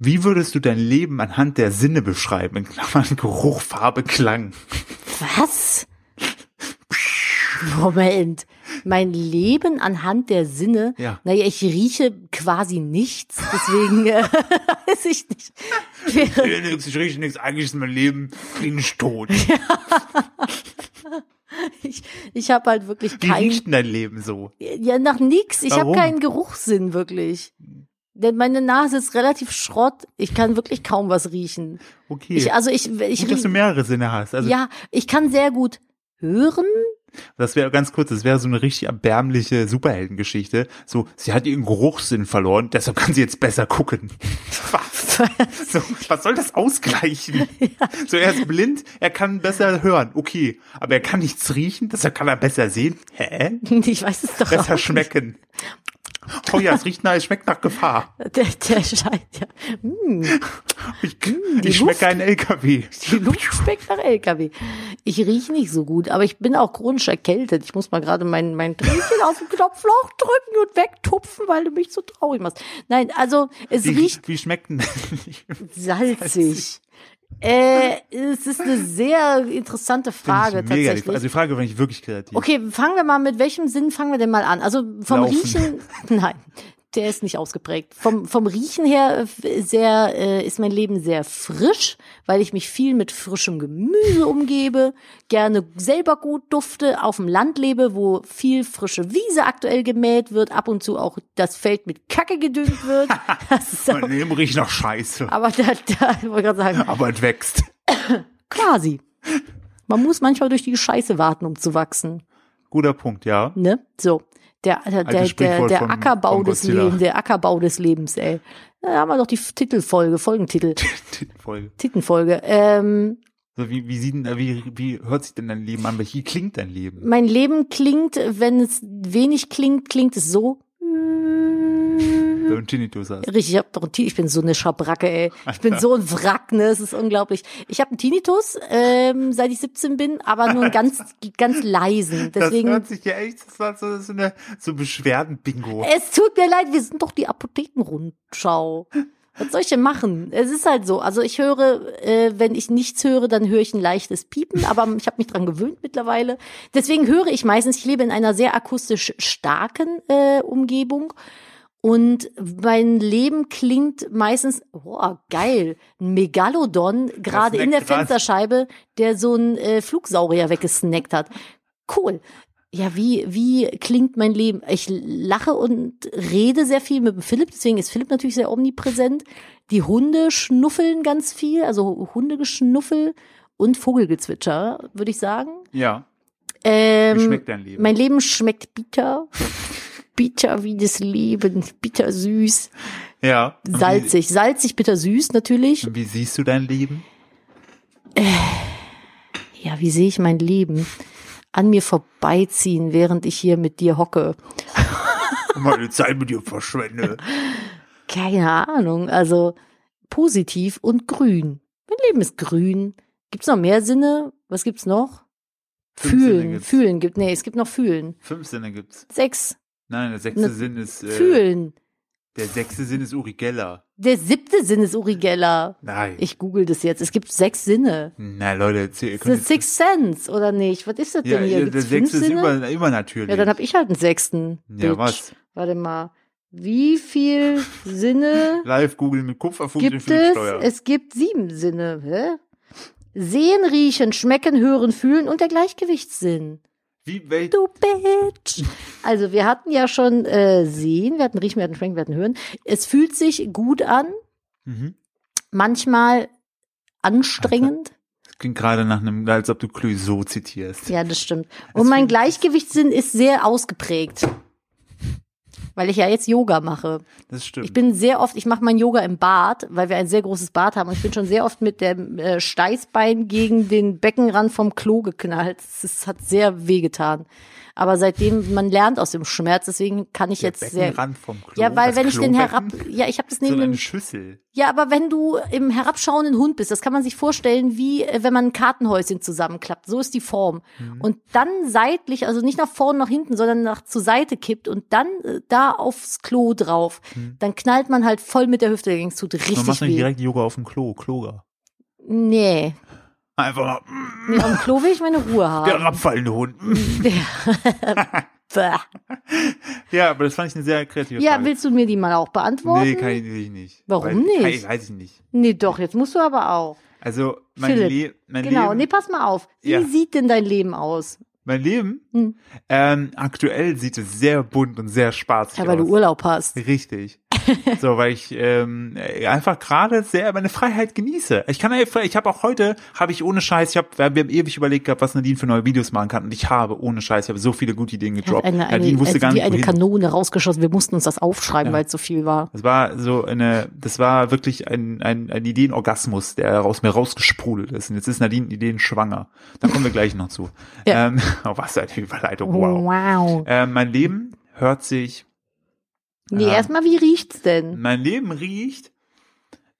Wie würdest du dein Leben anhand der Sinne beschreiben? In Klammern Geruch, Farbe, Klang.
Was? Moment. Mein Leben anhand der Sinne.
Ja.
Naja, ich rieche quasi nichts, deswegen äh, weiß ich nicht. Wäre-
Ich nix, ich rieche nichts, eigentlich ist mein Leben klinisch tot.
Ich, ich habe halt wirklich
Wie
kein,
riecht denn dein Leben so?
ja nach nix. Ich habe
Warum?
keinen Geruchssinn wirklich. Denn meine Nase ist relativ Schrott. Ich kann wirklich kaum was riechen.
Okay.
Ich, also ich, ich
Gut, dass du
riech,
mehrere Sinne hast. Also
ja, ich kann sehr gut hören.
das wäre ganz kurz, das wäre so eine richtig erbärmliche Superheldengeschichte. So, sie hat ihren Geruchssinn verloren, deshalb kann sie jetzt besser gucken. So, was soll das ausgleichen? So, er ist blind, er kann besser hören, okay. Aber er kann nichts riechen, deshalb kann er besser sehen, hä?
Ich weiß es doch
Besser
auch
schmecken. Oh ja, es riecht nach, es schmeckt nach Gefahr.
nicht. Der, der scheint ja. Hm,
Ich,
die
ich
Luft.
schmecke einen LKW.
die Luft schmeckt nach LKW. Ich rieche nicht so gut, aber ich bin auch chronisch erkältet. Ich muss mal gerade mein, mein Tränchen aus dem Knopfloch drücken und wegtupfen, weil du mich so traurig machst. Nein, also es
Wie,
riecht
wie schmeckt denn?
salzig. Äh, es ist eine sehr interessante
Finde
Frage
ich mega die-
tatsächlich.
Also die Frage finde ich wirklich kreativ.
Okay, fangen wir mal mit welchem Sinn fangen wir denn mal an? Also vom
Laufen.
Riechen, nein, der ist nicht ausgeprägt. Vom vom Riechen her äh, f- sehr äh, ist mein Leben sehr frisch, weil ich mich viel mit frischem Gemüse umgebe, gerne selber gut dufte, auf dem Land lebe, wo viel frische Wiese aktuell gemäht wird, ab und zu auch das Feld mit Kacke gedüngt wird. Das ist
Mein
aber,
Leben riecht nach Scheiße.
aber da, da wollte ich gerade sagen,
Aber es wächst.
quasi. Man muss manchmal durch die Scheiße warten, um zu wachsen.
Guter Punkt, ja.
ne? So. Der, der, der, der,
Sprichwort
der
vom-
Ackerbau
vom
des
Godzilla.
Lebens, der Ackerbau des Lebens, ey. Da haben wir doch die F- Titelfolge, Folgentitel,
Voll.
Titelfolge. Ähm,
So, wie, wie, sieht, denn- wie, wie hört sich denn dein Leben an? Wie klingt dein Leben?
mein Leben klingt, wenn es wenig klingt, klingt es so.
wenn du einen Tinnitus hast.
Richtig, ich, hab doch einen Tin- ich bin so eine Schabracke, ey. Ich bin so ein Wrack, ne? Es ist unglaublich. Ich habe einen Tinnitus, ähm, seit ich 17 bin, aber nur einen ganz, ganz leisen. Deswegen,
das hört sich ja echt so an, so, so, eine, so Beschwerden-Bingo.
es tut mir leid, wir sind doch die Apothekenrundschau. Was soll ich denn machen? Es ist halt so. Also ich höre, äh, wenn ich nichts höre, dann höre ich ein leichtes Piepen, aber ich habe mich dran gewöhnt mittlerweile. Deswegen höre ich meistens, ich lebe in einer sehr akustisch starken äh, Umgebung. Und mein Leben klingt meistens, boah, geil, ein Megalodon gerade in der
Snackt gerade.
Fensterscheibe, der so einen äh, Flugsaurier weggesnackt hat. Cool. Ja, wie, wie klingt mein Leben? Ich lache und rede sehr viel mit dem Philipp, deswegen ist Philipp natürlich sehr omnipräsent. Die Hunde schnuffeln ganz viel, also Hundegeschnuffel und Vogelgezwitscher, würde ich sagen.
Ja,
Ähm,
wie schmeckt dein Leben?
mein Leben schmeckt bitter. bitter wie das Leben, bitter süß,
ja. Und wie-
salzig, salzig, bitter süß natürlich.
Und wie siehst du dein Leben?
Ja, wie sehe ich mein Leben? An mir vorbeiziehen, während ich hier mit dir hocke.
Meine Zeit mit dir verschwende.
Keine Ahnung, also positiv und grün. Mein Leben ist grün. Gibt's noch mehr Sinne? Was gibt's noch?
Fünf Sinne
Fühlen,
gibt's.
fühlen gibt, nee, es gibt noch fühlen.
Fünf Sinne gibt's.
Sechs,
Nein, der sechste
Ne-
Sinn ist. Äh,
fühlen.
Der sechste Sinn ist Uri Geller.
Der siebte Sinn ist Uri Geller.
Nein.
Ich google das jetzt. Es gibt sechs Sinne.
Na Leute, jetzt hier, ihr
Ist das
könnt jetzt,
Sixth Sense oder nicht? Was ist das
ja,
denn hier?
ja, der
Gibt's fünf
sechste ist
Sinne?
über, immer natürlich.
ja, dann hab ich halt einen sechsten.
Ja,
Bitch.
was?
Warte mal. Wie viel Sinne
Live googeln mit Kupferfugen
gibt
den
es?
Filmsteuer.
Es gibt sieben Sinne. Hä? Sehen, riechen, schmecken, hören, fühlen und der Gleichgewichtssinn.
Wie, wel,
Du Bitch. Also wir hatten ja schon äh, sehen, wir hatten riechen, wir hatten schmecken, wir hatten hören. Es fühlt sich gut an,
mhm.
manchmal anstrengend.
Das klingt gerade nach einem, als ob du Clouseau zitierst.
Ja, das stimmt. Und mein Gleichgewichtssinn ist sehr ausgeprägt. Weil ich ja jetzt Yoga mache.
Das stimmt.
Ich bin sehr oft, ich mache mein Yoga im Bad, weil wir ein sehr großes Bad haben. Und ich bin schon sehr oft mit dem äh, Steißbein gegen den Beckenrand vom Klo geknallt. Es hat sehr wehgetan. Aber seitdem, man lernt aus dem Schmerz, deswegen kann ich
der
jetzt sehr.
Beckenrand vom Klo.
Ja, weil
das
wenn ich den herab.
Klobecken,
Ja, ich habe das
So
neben dem
eine Schüssel.
ja, aber wenn du im herabschauenden Hund bist, das kann man sich vorstellen, wie äh, wenn man ein Kartenhäuschen zusammenklappt. So ist die Form.
Mhm.
Und dann seitlich, also nicht nach vorne, nach hinten, sondern nach zur Seite kippt und dann äh, da aufs Klo drauf, dann knallt man halt voll mit der Hüfte dagegen. Es tut
Mhm. Man macht
richtig
dann
weh.
direkt Yoga auf dem Klo, Kloger.
Nee.
Einfach mal, mm,
nee. Am Klo will ich meine Ruhe
der
haben.
herabfallende Hund.
Mhm.
mm.
Bäh.
Ja, aber das fand ich eine sehr kreative
Ja,
Frage.
willst du mir die mal auch beantworten?
Nee,
Nee,
kann ich will ich nicht.
Warum
Weil-
nicht?
Kann ich, weiß ich nicht.
doch, jetzt musst du aber auch.
Also, mein,
Philipp,
Le mein
Genau,
Leben.
nee, pass mal auf. Wie
Ja.
sieht denn dein Leben aus?
Mein Leben?
Hm.
Ähm, aktuell sieht es sehr bunt und sehr spaßig
Ja, weil du
aus.
Urlaub hast.
Richtig. so, weil ich ähm, einfach gerade sehr meine Freiheit genieße. Ich kann ja- ich habe auch heute, habe ich ohne Scheiß, ich habe wir haben ewig überlegt gehabt, was Nadine für neue Videos machen kann und ich habe ohne Scheiß, ich habe so viele gute Ideen
Er hat
gedroppt.
eine, eine,
Nadine wusste
also
gar
wie
nicht
eine
wohin.
Kanone rausgeschossen. Wir mussten uns das aufschreiben, weil es so viel war.
Das war so eine, das war wirklich ein, ein, ein Ideenorgasmus, der aus mir rausgesprudelt ist. Und jetzt ist Nadine Ideen schwanger. Da kommen wir gleich noch zu.
Ja.
Ähm, oh, was eine Überleitung, wow.
Wow.
Ähm, mein Leben hört sich,
Nee,
Ja.
erstmal, wie riecht's denn?
mein Leben riecht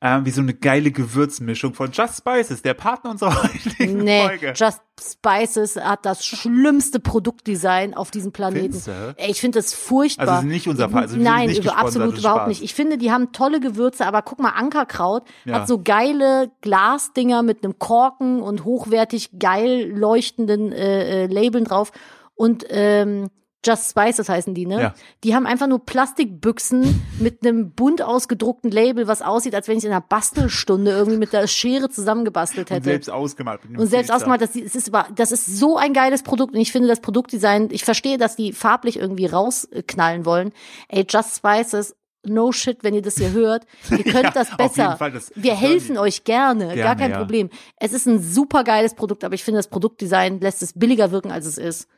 ähm, wie so eine geile Gewürzmischung von Just Spices, der Partner unserer heutigen
Nee,
Folge.
Just Spices hat das schlimmste Produktdesign auf diesem Planeten.
Findest du?
Ey, ich finde das furchtbar.
ne? Also es ist nicht unser Fall. Also wir sind
Nein,
nicht
über-
gesponsert,
absolut
das ist
überhaupt
Spaß.
nicht. Ich finde, die haben tolle Gewürze, aber guck mal, Ankerkraut
Ja.
hat so geile Glasdinger mit einem Korken und hochwertig geil leuchtenden äh, äh, Labeln drauf. Und ähm, Just Spices heißen die, ne?
Ja.
Die haben einfach nur Plastikbüchsen mit einem bunt ausgedruckten Label, was aussieht, als wenn ich in einer Bastelstunde irgendwie mit der Schere zusammengebastelt
Und
hätte.
selbst ausgemalt. mit einem
Und selbst
Filter.
ausgemalt, das, das, ist, über- das ist so ein geiles Produkt und ich finde das Produktdesign, ich verstehe, dass die farblich irgendwie rausknallen wollen. Ey, Just Spices, no shit, wenn ihr das hier hört. Ihr könnt
Ja,
das
auf
besser.
jeden Fall, das-
Wir
das
helfen euch gerne, gar
Gerne,
kein
ja.
Problem. Es ist ein super geiles Produkt, aber ich finde, das Produktdesign lässt es billiger wirken, als es ist.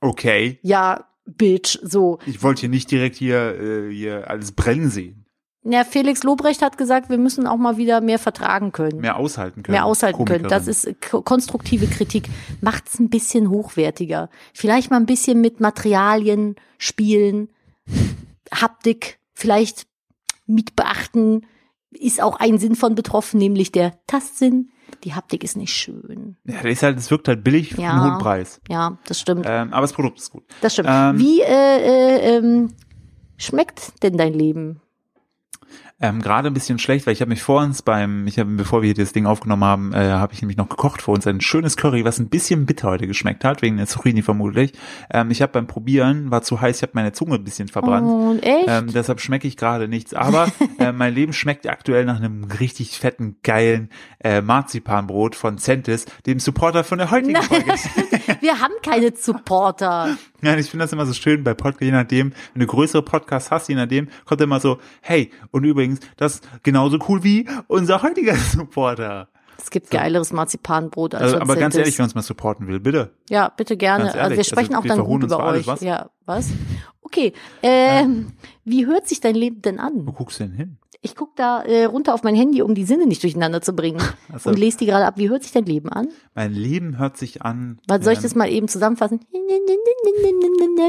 Okay,
Ja, Bitch, so.
ich wollte hier nicht direkt hier, äh, hier alles brennen sehen,
Ja, Felix Lobrecht hat gesagt, wir müssen auch mal wieder mehr vertragen können.
mehr aushalten können.
mehr aushalten können. Das
Komikerin.
ist äh, ko- konstruktive Kritik. Macht's ein bisschen hochwertiger. Vielleicht mal ein bisschen mit Materialien spielen, Haptik vielleicht mit beachten ist auch ein Sinn von betroffen, nämlich der Tastsinn. Die Haptik ist nicht schön.
Ja, das ist halt, es wirkt halt billig für
Ja.
einen hohen Preis.
Ja, das stimmt.
Ähm, aber das Produkt ist gut.
Das stimmt.
ähm,
Wie äh, äh, ähm, schmeckt denn dein Leben?
Ähm, Gerade ein bisschen schlecht, weil ich habe mich vor uns beim, ich habe, bevor wir hier das Ding aufgenommen haben, äh, habe ich nämlich noch gekocht für uns ein schönes Curry, was ein bisschen bitter heute geschmeckt hat, wegen der Zucchini vermutlich. Ähm, ich habe beim Probieren, war zu heiß, ich habe meine Zunge ein bisschen verbrannt.
Oh, echt?
Ähm, deshalb schmecke ich gerade nichts. Aber äh, mein Leben schmeckt aktuell nach einem richtig fetten, geilen äh, Marzipanbrot von Centis, dem Supporter von der heutigen Folge.
Wir haben keine Supporter.
Nein, ich finde das immer so schön bei Podcast, je nachdem, wenn du größere Podcasts hast, je nachdem, kommt immer so, hey, und übrigens, das ist genauso cool wie unser heutiger Supporter.
Es gibt geileres Marzipanbrot als
Also, aber
Franzentes.
ganz ehrlich, wer uns mal supporten will, bitte.
Ja, bitte gerne.
Ganz
also wir
ehrlich,
sprechen
also
auch
wir
dann
verhohnen
gut
uns
über
für alles,
euch.
was?
Ja, was? Okay. Ähm, Wie hört sich dein Leben denn an?
Wo guckst du denn hin?
Ich guck da äh, runter auf mein Handy, um die Sinne nicht durcheinander zu bringen.
Ach so.
Und lese die gerade ab. Wie hört sich dein Leben an?
Also, Mein Leben hört sich an. ähm,
Was, soll ich das mal eben zusammenfassen?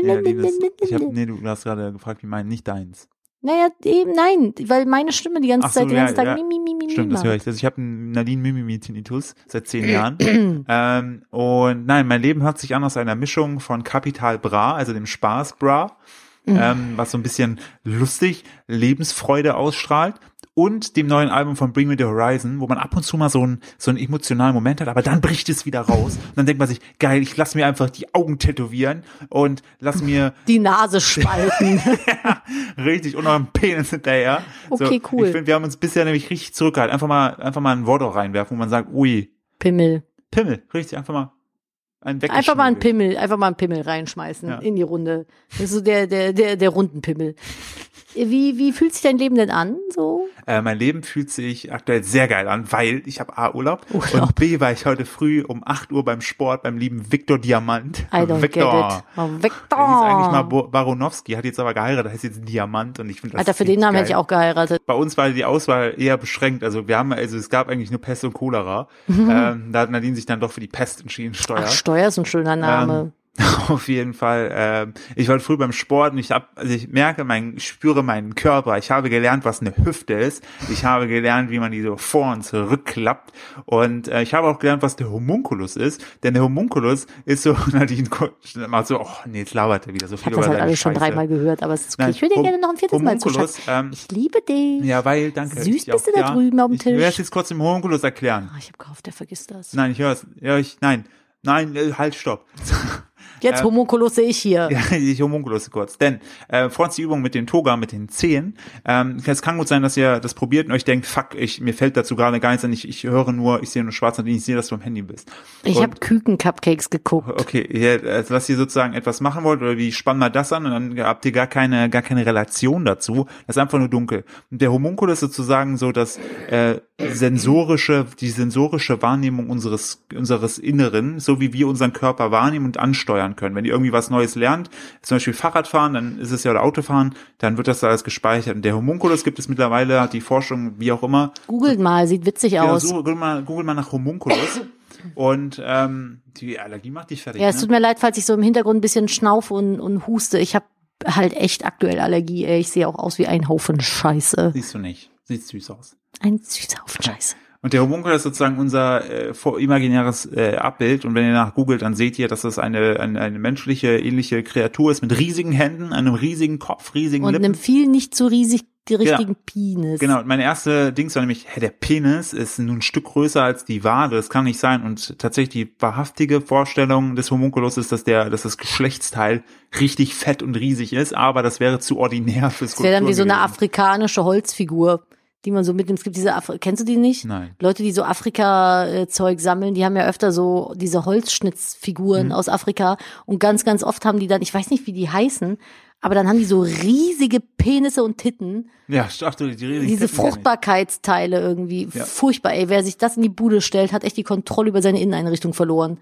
Ja, nee, das, ich hab, nee, du hast gerade gefragt, wie mein, nicht deins.
Naja, eben nein, weil meine Stimme die ganze
Ach so,
Zeit, den
ja,
ganzen Tag
ja.
mi, mi, mi, mi,
Stimmt, das höre
macht.
ich. Also ich habe einen Nadine Mimimi Tinnitus seit zehn Jahren. ähm, und nein, mein Leben hört sich an aus einer Mischung von Capital Bra, also dem Spaß Bra, ähm, was so ein bisschen lustig, Lebensfreude ausstrahlt und dem neuen Album von Bring Me the Horizon, wo man ab und zu mal so einen so einen emotionalen Moment hat, aber dann bricht es wieder raus und dann denkt man sich, geil, ich lass mir einfach die Augen tätowieren und lass mir
Die Nase spalten.
Richtig, und eurem Penis hinterher.
Okay,
so,
cool.
Ich finde, wir haben uns bisher nämlich richtig zurückgehalten. Einfach mal, einfach mal ein Wort auch reinwerfen, wo man sagt, ui,
Pimmel.
Pimmel. Richtig, einfach mal ein Weg.
Einfach mal einen Pimmel, einfach mal einen Pimmel reinschmeißen
Ja.
in die Runde. Das ist so der, der, der, der Rundenpimmel. Wie, wie fühlt sich dein Leben denn an? So?
Äh, mein Leben fühlt sich aktuell sehr geil an, weil ich habe A, Urlaub,
Urlaub.
und B, war ich heute früh um 8 Uhr beim Sport beim lieben Viktor Diamant.
I don't get it.
Viktor.
Oh,
Der hieß eigentlich mal
Victor.
Bo- Baronowski, hat jetzt aber geheiratet, heißt jetzt Diamant und ich finde das
Alter, für den Namen
geil.
hätte ich auch geheiratet.
bei uns war die Auswahl eher beschränkt. Also wir haben, also es gab eigentlich nur Pest und Cholera. ähm, da hat Nadine sich dann doch für die Pest entschieden, Steuer.
Mhm. Ach, Steuer ist ein
Ähm,
schöner Name.
Auf jeden Fall. Ähm, ich war früh beim Sport und ich hab, also ich merke, mein, ich spüre meinen Körper. Ich habe gelernt, was eine Hüfte ist. Ich habe gelernt, wie man die so vor und zurückklappt. Und äh, ich habe auch gelernt, was der Homunculus ist. Denn der Homunculus ist so, Nadine guckt- macht so, oh nee, jetzt labert er wieder so
ich
viel
habe das halt
seine
alles schon
Scheiße.
dreimal gehört, aber es ist okay.
Nein,
ich würde dir
Hom-
gerne noch ein viertes Mal zuschauen.
Homunculus, ähm,
ich liebe dich.
Ja, weil, danke.
Süß
Ich
bist du da
ja,
drüben am Tisch.
Ich werde jetzt kurz dem Homunculus erklären.
Ah, ich habe gehofft, der vergisst das.
Nein, ich höre es. Ja, ich, nein, nein, äh, halt, stopp.
Jetzt Homunculus sehe ich hier.
äh, Ja, ich homunculus kurz. Denn äh, vor uns die Übung mit den Toga, mit den Zehen. Ähm, es kann gut sein, dass ihr das probiert und euch denkt, fuck, ich, mir fällt dazu gerade gar nichts an. Ich, ich höre nur, ich sehe nur schwarz und ich sehe, dass du am Handy bist.
ich
Und-
habe Küken-Cupcakes geguckt.
Okay, ja, also was ihr sozusagen etwas machen wollt oder wie spann mal das an und dann habt ihr gar keine gar keine Relation dazu. Das ist einfach nur dunkel. Und der Homunculus ist sozusagen so das äh, sensorische die sensorische Wahrnehmung unseres unseres Inneren, so wie wir unseren Körper wahrnehmen und ansteuern können. Wenn ihr irgendwie was Neues lernt, zum Beispiel Fahrradfahren, dann ist es ja oder Autofahren, dann wird das da alles gespeichert. Und der Homunculus gibt es mittlerweile hat die Forschung wie auch immer
Googelt mal, sieht witzig
ja,
aus.
so, google, mal, google mal nach Homunculus und ähm, die Allergie macht dich fertig.
ja, es
ne?
tut mir leid, falls ich so im Hintergrund ein bisschen schnaufe und, und huste. Ich habe halt echt aktuell Allergie. Ey. Ich sehe auch aus wie ein Haufen Scheiße.
Siehst du nicht. Sieht süß aus.
Ein süßer Haufen Scheiße.
Und der Homunkel ist sozusagen unser äh, vor- imaginäres äh, Abbild. Und wenn ihr nach googelt, dann seht ihr, dass das eine, eine, eine menschliche, ähnliche Kreatur ist mit riesigen Händen, einem riesigen Kopf, riesigen
Und
Lippen.
einem viel nicht so riesig die richtigen Penis.
Genau, und meine erste Dings war nämlich, hä, der Penis ist nun ein Stück größer als die Wade, das kann nicht sein. Und tatsächlich die wahrhaftige Vorstellung des Homunculus ist, dass der, dass das Geschlechtsteil richtig fett und riesig ist, aber das wäre zu ordinär fürs
Das wäre dann wie so eine
Kultur
afrikanische Holzfigur, die man so mitnimmt. Es gibt diese Afri kennst du die nicht?
Nein.
Leute, die so Afrika-Zeug sammeln, die haben ja öfter so diese
Mhm.
Holzschnitzfiguren aus Afrika und ganz, ganz oft haben die dann, ich weiß nicht, wie die heißen, aber dann haben die so riesige Penisse und Titten,
gewesen. Ja, stopp, die, die riesigen Titten
diese
kenn ich.
Fruchtbarkeitsteile irgendwie.
Ja.
Furchtbar, ey. Wer sich das in die bude stellt, hat echt die Kontrolle über seine Inneneinrichtung verloren.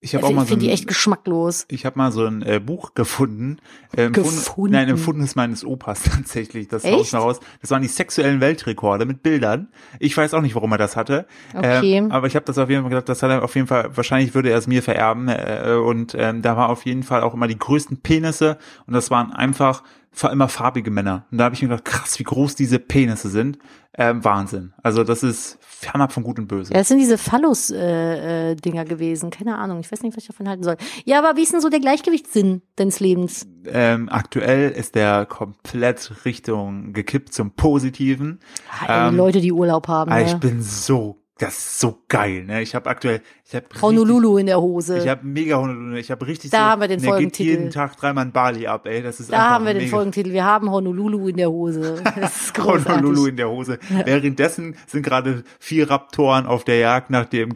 Ich habe auch
ich
mal
finde
so
die
ein-
echt geschmacklos.
ich habe mal so ein äh, Buch gefunden. Äh, empfunden-
Gefunden?
Nein, empfundenes meines Opas tatsächlich. Das
Echt?
haus raus. Das waren die sexuellen Weltrekorde mit Bildern. Ich weiß auch nicht, warum er das hatte.
Okay.
Ähm, aber ich habe das auf jeden Fall gedacht, das hat er auf jeden Fall, wahrscheinlich würde er es mir vererben. Äh, und ähm, da war auf jeden Fall auch immer die größten Penisse. Und das waren einfach fa- immer farbige Männer. Und da habe ich mir gedacht, krass, wie groß diese Penisse sind. Ähm, Wahnsinn. Also das ist fernab von Gut und Böse.
Ja, das sind diese Phallus-Dinger äh, äh, Dinger gewesen. Keine Ahnung. Ich weiß nicht, was ich davon halten soll. Ja, aber wie ist denn so der Gleichgewichtssinn deines Lebens?
Ähm, aktuell ist der komplett Richtung gekippt zum Positiven.
Ah, ey, die
Ähm,
Leute, die Urlaub haben.
Ah, ich
Ne?
bin so, das ist so geil. Ne? Ich habe aktuell, ich habe
Honolulu in der Hose.
Ich habe mega Honolulu. Ich habe richtig
Da
so,
haben wir den
mir geht
Folgentitel.
jeden Tag dreimal in Bali ab, ey. Das ist
da
einfach
haben wir den
mega.
Folgentitel. Wir haben Honolulu in der Hose. Das ist großartig.
Honolulu in der Hose. Währenddessen sind gerade vier Raptoren auf der Jagd nach dem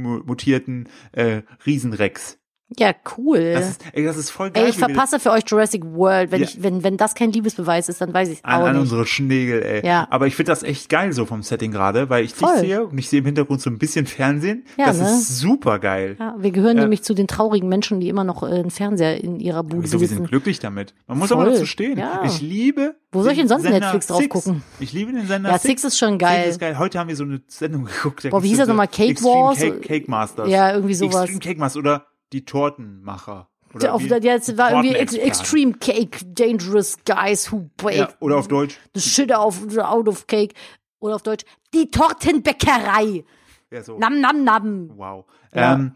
genmutierten äh, Riesenrex.
Ja, cool.
Das ist, ey, das ist voll geil.
Ey, ich
wie wir das-
verpasse für euch Jurassic World. Wenn,
Ja.
ich, wenn, wenn das kein Liebesbeweis ist, dann weiß ich
An,
auch
an
nicht.
unsere Schnägel, ey.
Ja.
Aber ich finde das echt geil so vom Setting gerade, weil ich dich
Voll.
sehe und ich sehe im Hintergrund so ein bisschen Fernsehen.
Ja,
das
ne?
ist super geil.
Ja, wir gehören nämlich zu den traurigen Menschen, die immer noch äh, einen Fernseher in ihrer Bude
Wieso, wir sind
besitzen.
glücklich damit. Man muss
Voll.
aber dazu stehen.
Ja.
Ich liebe.
Wo soll ich
den
denn sonst
Sender
Netflix drauf
Six.
gucken?
Ich liebe den Sender
Ja,
Six.
Six ist schon
Six
geil.
ist geil. Heute haben wir so eine Sendung geguckt. da
Boah,
gibt's
wie hieß das
so
nochmal? Cake
Extreme
Wars?
Cake, Cake Masters.
Ja, irgendwie sowas.
Extreme Cake Masters oder die Tortenmacher. Oder
Auf,
wie-
ja, jetzt war irgendwie Ex
Tortenexperten.
Extreme Cake, Dangerous Guys Who Bake
Ja, oder auf Deutsch.
the Shit auf, out of Cake. Oder auf Deutsch, die Tortenbäckerei.
Ja, so.
Nam, nam, nam.
Wow.
Ja.
Ähm,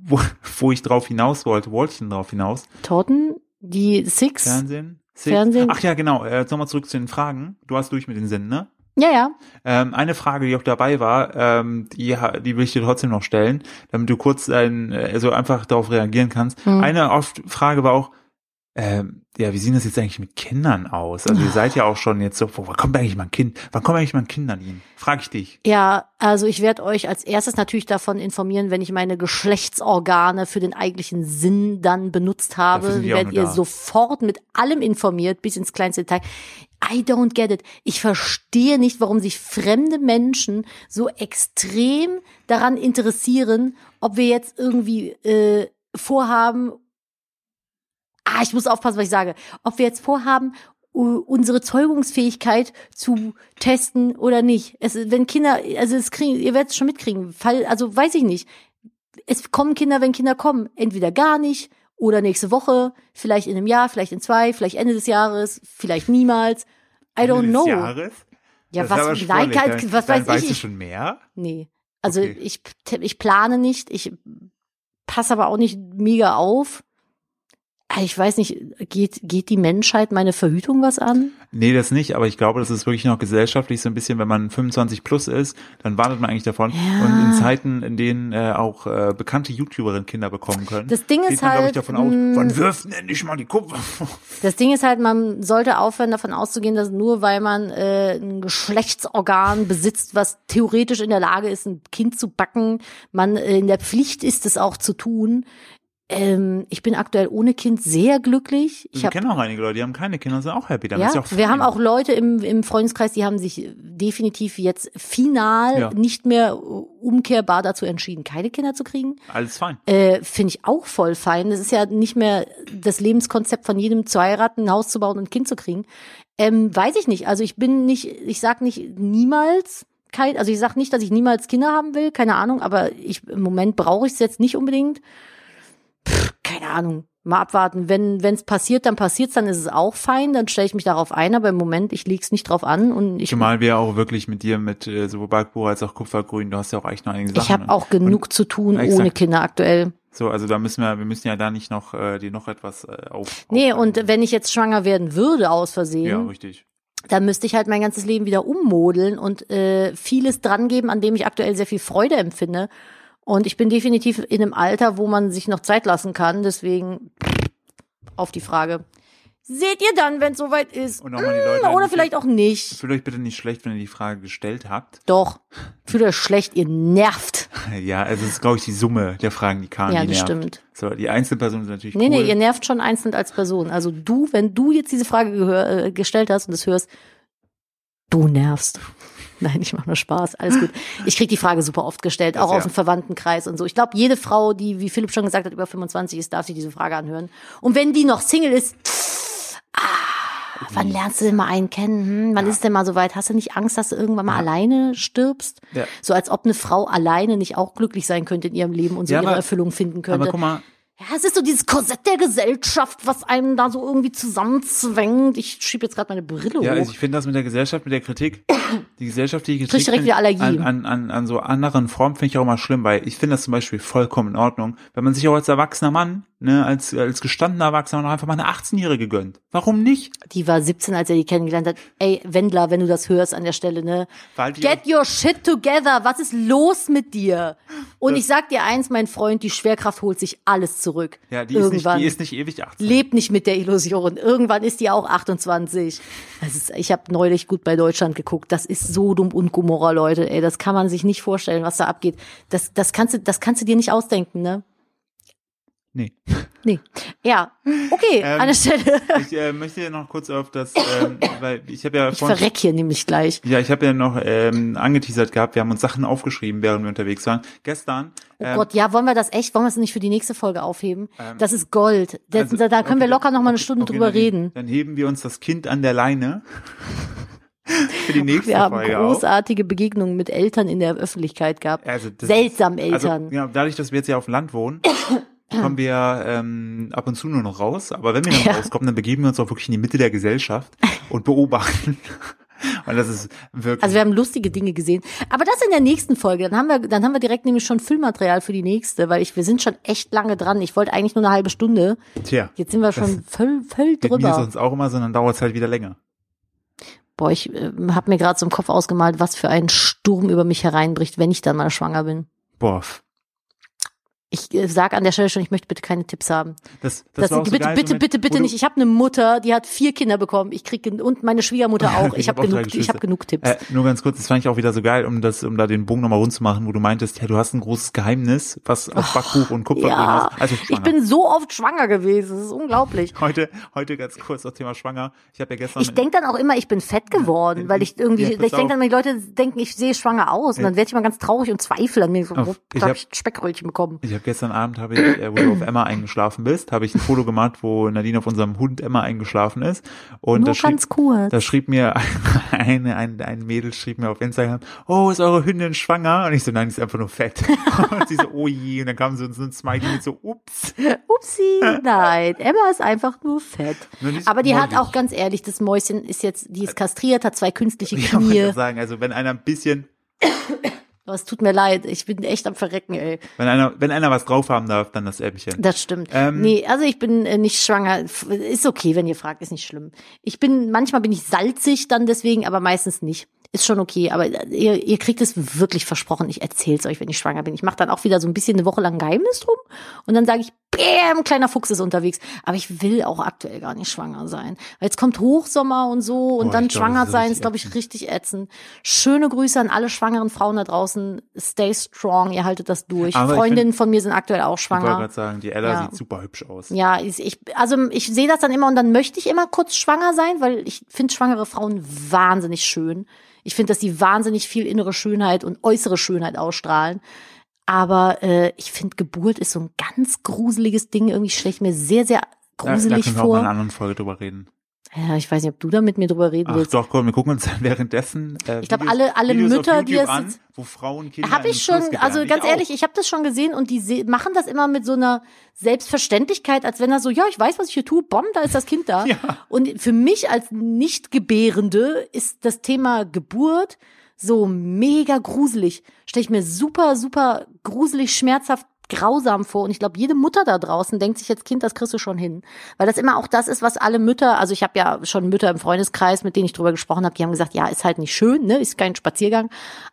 wo, wo ich drauf hinaus wollte, wollte ich denn drauf hinaus.
Torten, die Six.
Fernsehen? Six?
Fernsehen.
Ach ja, genau. Äh, Jetzt nochmal zurück zu den Fragen. Du hast durch mit den Sinn, ne?
Ja, ja.
Ähm, eine Frage, die auch dabei war, ähm, die, ha- die will ich dir trotzdem noch stellen, damit du kurz ein, äh, also einfach darauf reagieren kannst.
Hm.
Eine oft Frage war auch, ähm, ja, wie sieht das jetzt eigentlich mit Kindern aus? Also ihr seid ja auch schon jetzt so, wo- wann kommt eigentlich mal ein Kind? Wann kommt eigentlich mal ein Kind an ihn? Frag ich dich.
Ja, also ich werde euch als erstes natürlich davon informieren, wenn ich meine Geschlechtsorgane für den eigentlichen Sinn dann benutzt habe,
sind die auch
werdet
nur
ihr
da.
sofort mit allem informiert, bis ins kleinste Detail. I don't get it. Ich verstehe nicht, warum sich fremde Menschen so extrem daran interessieren, ob wir jetzt irgendwie äh, vorhaben, ah, ich muss aufpassen, was ich sage, ob wir jetzt vorhaben, u- unsere Zeugungsfähigkeit zu testen oder nicht. Es, wenn Kinder, also es kriegen, ihr werdet es schon mitkriegen, Fall, also weiß ich nicht. Es kommen Kinder, wenn Kinder kommen. Entweder gar nicht oder nächste Woche, vielleicht in einem Jahr, vielleicht in zwei, vielleicht Ende des Jahres, vielleicht niemals. I don't
Ende des
know.
Jahres?
Ja,
Das ist aber
was,
sportlich.
like halt,
Dann-
was
dann
weiß
weißt
ich,
du
ich
schon mehr?
Nee. Also
Okay.
ich, ich plane nicht, ich passe aber auch nicht mega auf. Ah, Ich weiß nicht, geht, geht die Menschheit meine Verhütung was an?
Nee, das nicht, aber ich glaube, das ist wirklich noch gesellschaftlich so ein bisschen, wenn man 25 plus ist, dann wartet man eigentlich davon.
Ja.
Und in Zeiten, in denen äh, auch äh, bekannte YouTuberinnen Kinder bekommen können,
Das Ding
Hm? geht
ist
man, glaube ich,
halt,
davon aus,
mm,
wann wirft denn endlich mal die Kupfer?
Das Ding ist halt, man sollte aufhören, davon auszugehen, dass nur weil man äh, ein Geschlechtsorgan besitzt, was theoretisch in der Lage ist, ein Kind zu backen, man äh, in der Pflicht ist, es auch zu tun. Ähm, ich bin aktuell ohne Kind sehr glücklich. Ich
Ich
habe
kenne auch einige Leute, die haben keine Kinder, sind auch happy damit.
Ja,
ist ja auch
wir
fein.
haben auch Leute im, im Freundeskreis, die haben sich definitiv jetzt final
Ja.
nicht mehr umkehrbar dazu entschieden, keine Kinder zu kriegen.
Alles fein.
Äh, Finde ich auch voll fein. Das ist ja nicht mehr das Lebenskonzept von jedem zu heiraten, ein Haus zu bauen und ein Kind zu kriegen. Ähm, weiß ich nicht. Also ich bin nicht, ich sag nicht niemals, kein, also ich sag nicht, dass ich niemals Kinder haben will, keine Ahnung, aber ich, im Moment brauche ich es jetzt nicht unbedingt. Pff, keine Ahnung. Mal abwarten. Wenn es passiert, dann passiert's, dann ist es auch fein, dann stelle ich mich darauf ein, aber im Moment, ich leg's nicht drauf an und ich,
Zumal wir auch wirklich mit dir, mit äh, sowohl Backbuch als auch Kupfergrün, du hast ja auch echt noch einige Sachen.
ich habe auch genug zu tun
Exakt.
ohne Kinder aktuell.
So, also da müssen wir, wir müssen ja da nicht noch, äh, dir noch etwas äh, auf.
Nee,
aufbauen.
und wenn ich jetzt schwanger werden würde aus Versehen,
Ja, richtig.
dann müsste ich halt mein ganzes Leben wieder ummodeln und äh, vieles dran geben, an dem ich aktuell sehr viel Freude empfinde. Und ich bin definitiv in einem Alter, wo man sich noch Zeit lassen kann. Deswegen auf die Frage. Seht ihr dann, wenn es soweit ist?
Und nochmal die Leute.
Mm, Oder vielleicht auch nicht.
Fühlt euch bitte nicht schlecht, wenn ihr die Frage gestellt habt.
Doch. Fühlt euch schlecht, ihr nervt.
Ja, also es ist, glaube ich, die Summe der Fragen, die kamen.
Ja,
die
das
Ah, nervt.
stimmt.
So, die Einzelpersonen sind natürlich
Nee,
cool.
nee, ihr nervt schon einzeln als Person. Also du, wenn du jetzt diese Frage gehör, äh, gestellt hast und das hörst, du nervst. Nein, ich mache nur Spaß, alles gut. Ich krieg die Frage super oft gestellt, auch
Ja.
aus dem Verwandtenkreis und so. Ich glaube, jede Frau, die, wie Philipp schon gesagt hat, über 25 ist, darf sich diese Frage anhören. Und wenn die noch Single ist, ah, wann lernst du denn mal einen kennen? Hm, wann ist es denn mal soweit? Hast du nicht Angst, dass du irgendwann mal alleine stirbst?
Ja.
So als ob eine Frau alleine nicht auch glücklich sein könnte in ihrem Leben und so
Ja,
ihre
aber-
Erfüllung finden könnte.
Aber guck mal,
Ja, es ist so dieses Korsett der Gesellschaft, was einem da so irgendwie zusammenzwängt. Ich schiebe jetzt gerade meine Brille
Ja,
hoch.
also ich finde das mit der Gesellschaft, mit der Kritik, die gesellschaftliche Kritik
direkt
an-
wieder Allergie.
An, an, an, an so anderen Formen finde ich auch immer schlimm, weil ich finde das zum Beispiel vollkommen in Ordnung, wenn man sich auch als erwachsener Mann, ne, als, als gestandener Erwachsener noch einfach mal eine 18-Jährige gönnt. Warum nicht?
Die war 17, als er die kennengelernt hat. Ey, Wendler, wenn du das hörst an der Stelle, ne?
Verhalte dich
Get your shit together. Was ist los mit dir? Und ich sag dir eins, mein Freund, die Schwerkraft holt sich alles zurück.
Ja, die ist, nicht,
Irgendwann.
die ist nicht ewig 18.
Lebt nicht mit der Illusion. Irgendwann ist die auch 28. Das ist, ich habe neulich gut bei Deutschland geguckt. Das ist Sodom und Gomorra, Leute. Ey, das kann man sich nicht vorstellen, was da abgeht. Das, das, kannst, du, das kannst du dir nicht ausdenken, ne?
Nee.
Nee. Ja, okay,
Ähm,
an der Stelle.
Ich äh, möchte ja noch kurz auf das, ähm, weil ich habe ja
Ich verreck hier nämlich gleich.
Ja, ich habe ja noch ähm, angeteasert gehabt, wir haben uns Sachen aufgeschrieben, während wir unterwegs waren. Gestern.
Oh
ähm,
Gott, ja, wollen wir das echt? Wollen wir es nicht für die nächste Folge aufheben?
Ähm,
das ist Gold. Da,
also,
da können wir
okay,
locker noch mal eine
okay,
Stunde
okay,
drüber
dann-
reden.
Dann heben wir uns das Kind an der Leine für die nächste
Wir haben
Folge auf.
großartige Begegnungen mit Eltern in der Öffentlichkeit gehabt.
Also, das
Seltsam
ist, also,
Eltern.
genau, dadurch, dass wir jetzt ja auf dem Land wohnen, kommen wir ähm, ab und zu nur noch raus. Aber wenn wir dann
Ja.
rauskommen, dann begeben wir uns auch wirklich in die Mitte der Gesellschaft und beobachten. Und das ist wirklich.
also wir haben lustige Dinge gesehen. Aber das in der nächsten Folge. Dann haben wir, dann haben wir direkt nämlich schon Füllmaterial für die nächste, weil ich, wir sind schon echt lange dran. Ich wollte eigentlich nur eine halbe Stunde.
tja,
Jetzt sind wir schon voll, voll
mit mir ist
drüber.
uns auch immer so, dann dauert es halt wieder länger.
Boah, ich äh, habe mir gerade so im Kopf ausgemalt, was für ein Sturm über mich hereinbricht, wenn ich dann mal schwanger bin.
Boah,
Ich äh, sag an der Stelle schon, ich möchte bitte keine Tipps haben.
das, das,
Das
war auch so
bitte,
geil,
bitte,
Moment,
bitte,
wo
bitte
du-
nicht. Ich habe eine Mutter, die hat vier Kinder bekommen. Ich krieg gen- und meine Schwiegermutter auch. Ich
hab
habe
auch drei
genug, ich
Geschwister.
habe genug Tipps.
Äh, nur ganz kurz, das fand ich auch wieder so geil, um das, um da den Bogen nochmal rund zu machen, wo du meintest, ja, du hast ein großes Geheimnis, was auf Backbuch und Kupfer
Oh, ja,
drin ist. Also
ich
schwanger.
bin so oft schwanger gewesen. Das ist unglaublich.
heute, heute ganz kurz das Thema schwanger. Ich habe ja gestern.
Ich denk dann auch immer, ich bin fett geworden,
Ja,
weil ich irgendwie,
ja, pass
ich denk dann, die Leute denken, ich sehe schwanger aus. Und dann werde ich immer ganz traurig und zweifle an mir. So,
Auf-
wo
ich
hab
hab-
ich Speckröllchen bekommen?
ich habe gestern Abend, habe ich, äh, wo du auf Emma eingeschlafen bist, habe ich ein Foto gemacht, wo Nadine auf unserem Hund Emma eingeschlafen ist. Und
Nur
da schrieb,
ganz kurz.
Da schrieb mir eine, ein, ein Mädel schrieb mir auf Instagram, oh, ist eure Hündin schwanger? Und ich so, nein, die ist einfach nur fett. und sie so, oh je. Und dann kam so, so ein Smiley mit so, ups.
Upsi, nein, Emma ist einfach nur fett.
Nur nicht
Aber die hat
mollig.
auch ganz ehrlich, das Mäuschen ist jetzt, die ist kastriert, hat zwei künstliche
Ja, wollte
Knie.
ich sagen, also wenn einer ein bisschen,
Aber es tut mir leid, ich bin echt am Verrecken, ey.
wenn einer, wenn einer was drauf haben darf, dann das Äppchen.
Das stimmt.
Ähm.
nee, also ich bin äh, nicht schwanger. F- Ist okay, wenn ihr fragt, ist nicht schlimm. Ich bin, manchmal bin ich salzig dann deswegen, aber meistens nicht. Ist schon okay, aber äh, ihr, ihr kriegt es wirklich versprochen. Ich erzähl's euch, wenn ich schwanger bin. Ich mache dann auch wieder so ein bisschen eine Woche lang Geheimnis drum und dann sage ich, bäm, kleiner Fuchs ist unterwegs. Aber ich will auch aktuell gar nicht schwanger sein. Weil jetzt kommt Hochsommer und so und
Boah,
dann
ich glaub, das
schwanger
ist
sein
richtig
ist, glaube ich, richtig ätzend. Schöne Grüße an alle schwangeren Frauen da draußen. Stay strong, ihr haltet das durch.
Aber ich
Freundinnen von mir sind aktuell auch
Ich wollte
schwanger.
gerade sagen, die Ella
Ja.
sieht super hübsch aus.
Ja, ich, ich also ich sehe das dann immer und dann möchte ich immer kurz schwanger sein, weil ich finde schwangere Frauen wahnsinnig schön. Ich finde, dass sie wahnsinnig viel innere Schönheit und äußere Schönheit ausstrahlen. Aber äh, ich finde, Geburt ist so ein ganz gruseliges Ding. Irgendwie stelle ich mir sehr, sehr
Da, da
gruselig
können wir auch mal in
vor.
einer anderen Folge drüber reden.
Ja, ich weiß nicht, ob du da mit mir drüber reden
Ach
willst.
doch, komm, wir gucken uns dann währenddessen äh,
Ich glaub, alle- alle
Videos
Mütter,
auf
die
YouTube
es
an,
jetzt-
wo Frauen Kinder
Habe
in
ich
den
schon,
Fluss gebären.
also ganz
auch.
ehrlich, ich habe das schon gesehen und die se- machen das immer mit so einer Selbstverständlichkeit, als wenn er so, ja, ich weiß, was ich hier tue, bom, da ist das Kind da.
Ja.
Und für mich als Nicht-Gebärende ist das Thema Geburt so mega gruselig. Stelle ich mir super, super gruselig, schmerzhaft, grausam vor. Und ich glaube, jede Mutter da draußen denkt sich jetzt, Kind, das kriegst du schon hin. Weil das immer auch das ist, was alle Mütter, also ich habe ja schon Mütter im Freundeskreis, mit denen ich drüber gesprochen habe, die haben gesagt, ja, ist halt nicht schön, ne? ist kein Spaziergang,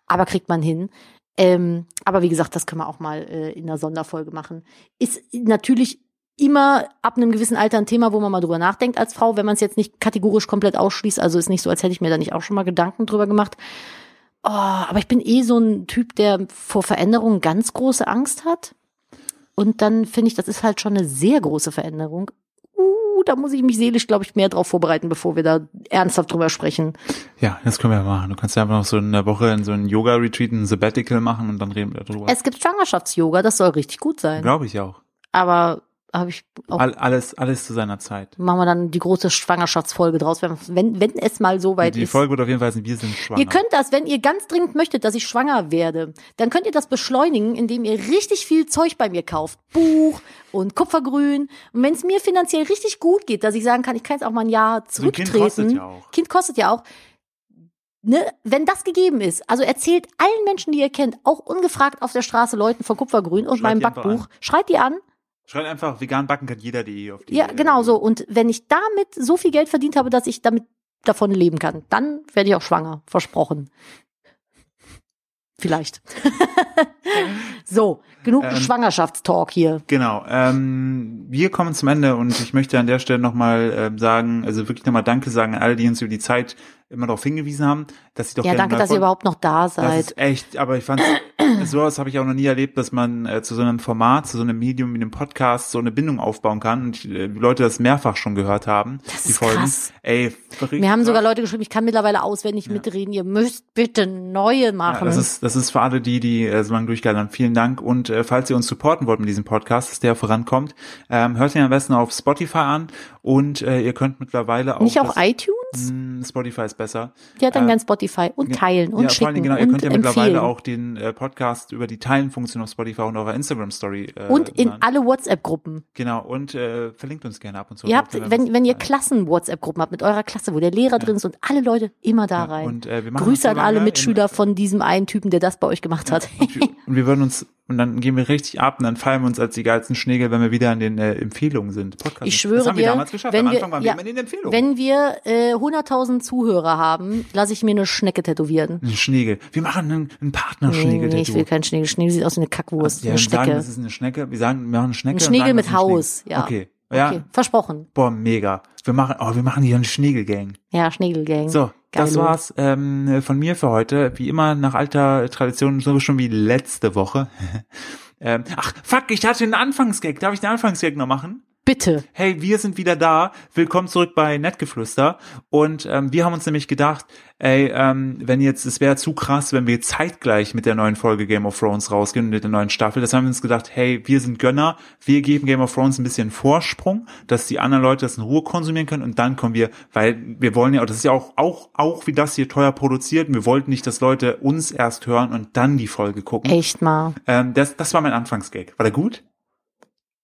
aber kriegt man hin. Ähm, aber wie gesagt, das können wir auch mal äh, in einer Sonderfolge machen. Ist natürlich immer ab einem gewissen Alter ein Thema, wo man mal drüber nachdenkt als Frau, wenn man es jetzt nicht kategorisch komplett ausschließt. Also ist nicht so, als hätte ich mir da nicht auch schon mal Gedanken drüber gemacht. Oh, aber ich bin eh so ein Typ, der vor Veränderungen ganz große Angst hat. Und dann finde ich, das ist halt schon eine sehr große Veränderung. Uh, da muss ich mich seelisch, glaube ich, mehr drauf vorbereiten, bevor wir da ernsthaft drüber sprechen.
Ja, das können wir machen. Du kannst ja einfach noch so in der Woche in so einen Yoga-Retreat, ein Sabbatical machen und dann reden wir darüber.
Es gibt Schwangerschafts-Yoga, das soll richtig gut sein.
Glaube ich auch.
Aber habe ich auch
All, alles, alles zu seiner Zeit.
machen wir dann die große Schwangerschaftsfolge draus, wenn, wenn, wenn es mal so weit
Die
ist.
Folge wird auf jeden Fall sein, wir sind schwanger.
Ihr könnt das, wenn ihr ganz dringend möchtet, dass ich schwanger werde, dann könnt ihr das beschleunigen, indem ihr richtig viel Zeug bei mir kauft. Buch und Kupfergrün. Und wenn es mir finanziell richtig gut geht, dass ich sagen kann, ich kann jetzt auch mal ein Jahr
So ein
zurücktreten.
Kind kostet ja auch.
Kind kostet ja auch. Ne, wenn das gegeben ist, also erzählt allen Menschen, die ihr kennt, auch ungefragt auf der Straße Leuten von Kupfergrün und
Schreit
meinem
die einfach
Backbuch, schreit die an.
Schreibt einfach vegan backen kann jeder.de auf die.
Ja, genau so. Und wenn ich damit so viel Geld verdient habe, dass ich damit davon leben kann, dann werde ich auch schwanger. Versprochen. Vielleicht. so, genug
Ähm.
Schwangerschaftstalk hier.
Genau. Ähm, wir kommen zum Ende und ich möchte an der Stelle nochmal ähm, sagen, also wirklich nochmal Danke sagen an alle, die uns über die Zeit immer darauf hingewiesen haben, dass sie doch
Ja,
gerne
danke,
mal
dass ihr
folgen-
überhaupt noch da
Das
seid.
ist echt, aber ich fand sowas habe ich auch noch nie erlebt, dass man äh, zu so einem Format, zu so einem Medium wie einem Podcast so eine Bindung aufbauen kann und äh, die Leute das mehrfach schon gehört haben, das die
ist
Folgen.
krass.
Ey,
Mir haben sogar Leute geschrieben, ich kann mittlerweile auswendig
Ja.
mitreden. Ihr müsst bitte neue
Ja,
machen.
das ist, das ist für alle die, die äh, so lange durchgehalten haben. Vielen Dank. Und äh, falls ihr uns supporten wollt mit diesem Podcast, dass der vorankommt, ähm, hört ihn am besten auf Spotify an und äh, ihr könnt mittlerweile auch,
Nicht auch
das,
iTunes?
mh, Spotify ist besser.
Ja, dann
äh,
ganz Spotify und teilen und
ja, vor allen
schicken
Dingen, genau, ihr
und
könnt ja
empfehlen.
mittlerweile auch den äh, Podcast über die Teilen-Funktion auf Spotify und eurer Instagram-Story äh,
und in
hören.
alle WhatsApp-Gruppen.
Genau, und äh, verlinkt uns gerne ab und zu.
Ihr habt,
Auch,
wenn, wenn ihr
Ja,
Klassen-WhatsApp-Gruppen habt mit eurer Klasse, wo der Lehrer drin ist und alle Leute immer da rein.
Und, äh, wir machen
Grüße
das
an
so
alle
lange
Mitschüler von diesem einen Typen, der das bei euch gemacht hat.
In, und, wir, und wir würden uns, und dann gehen wir richtig ab und dann fallen wir uns als die geilsten Schnägel, wenn wir wieder an den äh, Empfehlungen sind. Podcast
Ich schwöre
das haben wir
dir,
damals geschafft.
wenn
Am
wir-
Anfang waren wir
ja,
immer in den Empfehlungen.
Wenn wir äh, 100.000 Zuhörer haben, lasse ich mir eine Schnecke tätowieren.
ein Schnägel. Wir machen einen, einen
Nee,
Partnerschnägel.
nee, ich will keinen Schnegel. Schnegel sieht aus wie eine Kackwurst,
ja,
eine
wir sagen,
Schnecke.
das ist eine Schnecke. Wir sagen, wir machen eine Schnecke.
Ein
und
Schnägel
sagen, das ist
mit
ein Schnägel.
Haus, ja.
Okay. Ja.
Okay, versprochen.
Boah, mega. Wir machen, oh, wir machen hier eine Schnägelgang.
Ja, Schnegel-Gang.
So, das
Geilo.
war's ähm, von mir für heute. Wie immer nach alter Tradition, so schon wie letzte Woche. ähm, ach, fuck, ich hatte einen Anfangsgag. Darf ich den Anfangsgag noch machen?
Bitte.
Hey, wir sind wieder da. Willkommen zurück bei Nettgeflüster. Und ähm, wir haben uns nämlich gedacht, ey, ähm, wenn jetzt, es wäre zu krass, wenn wir zeitgleich mit der neuen Folge Game of Thrones rausgehen und mit der neuen Staffel. Das haben wir uns gedacht, hey, wir sind Gönner, wir geben Game of Thrones ein bisschen Vorsprung, dass die anderen Leute das in Ruhe konsumieren können und dann kommen wir, weil wir wollen ja, das ist ja auch, auch, auch wie das hier teuer produziert. Und wir wollten nicht, dass Leute uns erst hören und dann die Folge gucken.
Echt mal.
Ähm, das, das war mein Anfangsgag. War der gut?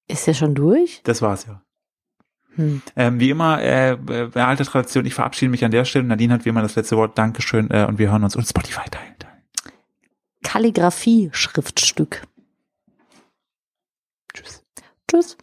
Ist der schon durch?
Das war's ja.
Hm.
Ähm, wie immer, äh, äh, bei alter Tradition, ich verabschiede mich an der Stelle. Nadine hat wie immer das letzte Wort. Dankeschön äh, und wir hören uns und Spotify teilen. teilen.
Kalligraphie-Schriftstück.
Tschüss.
Tschüss.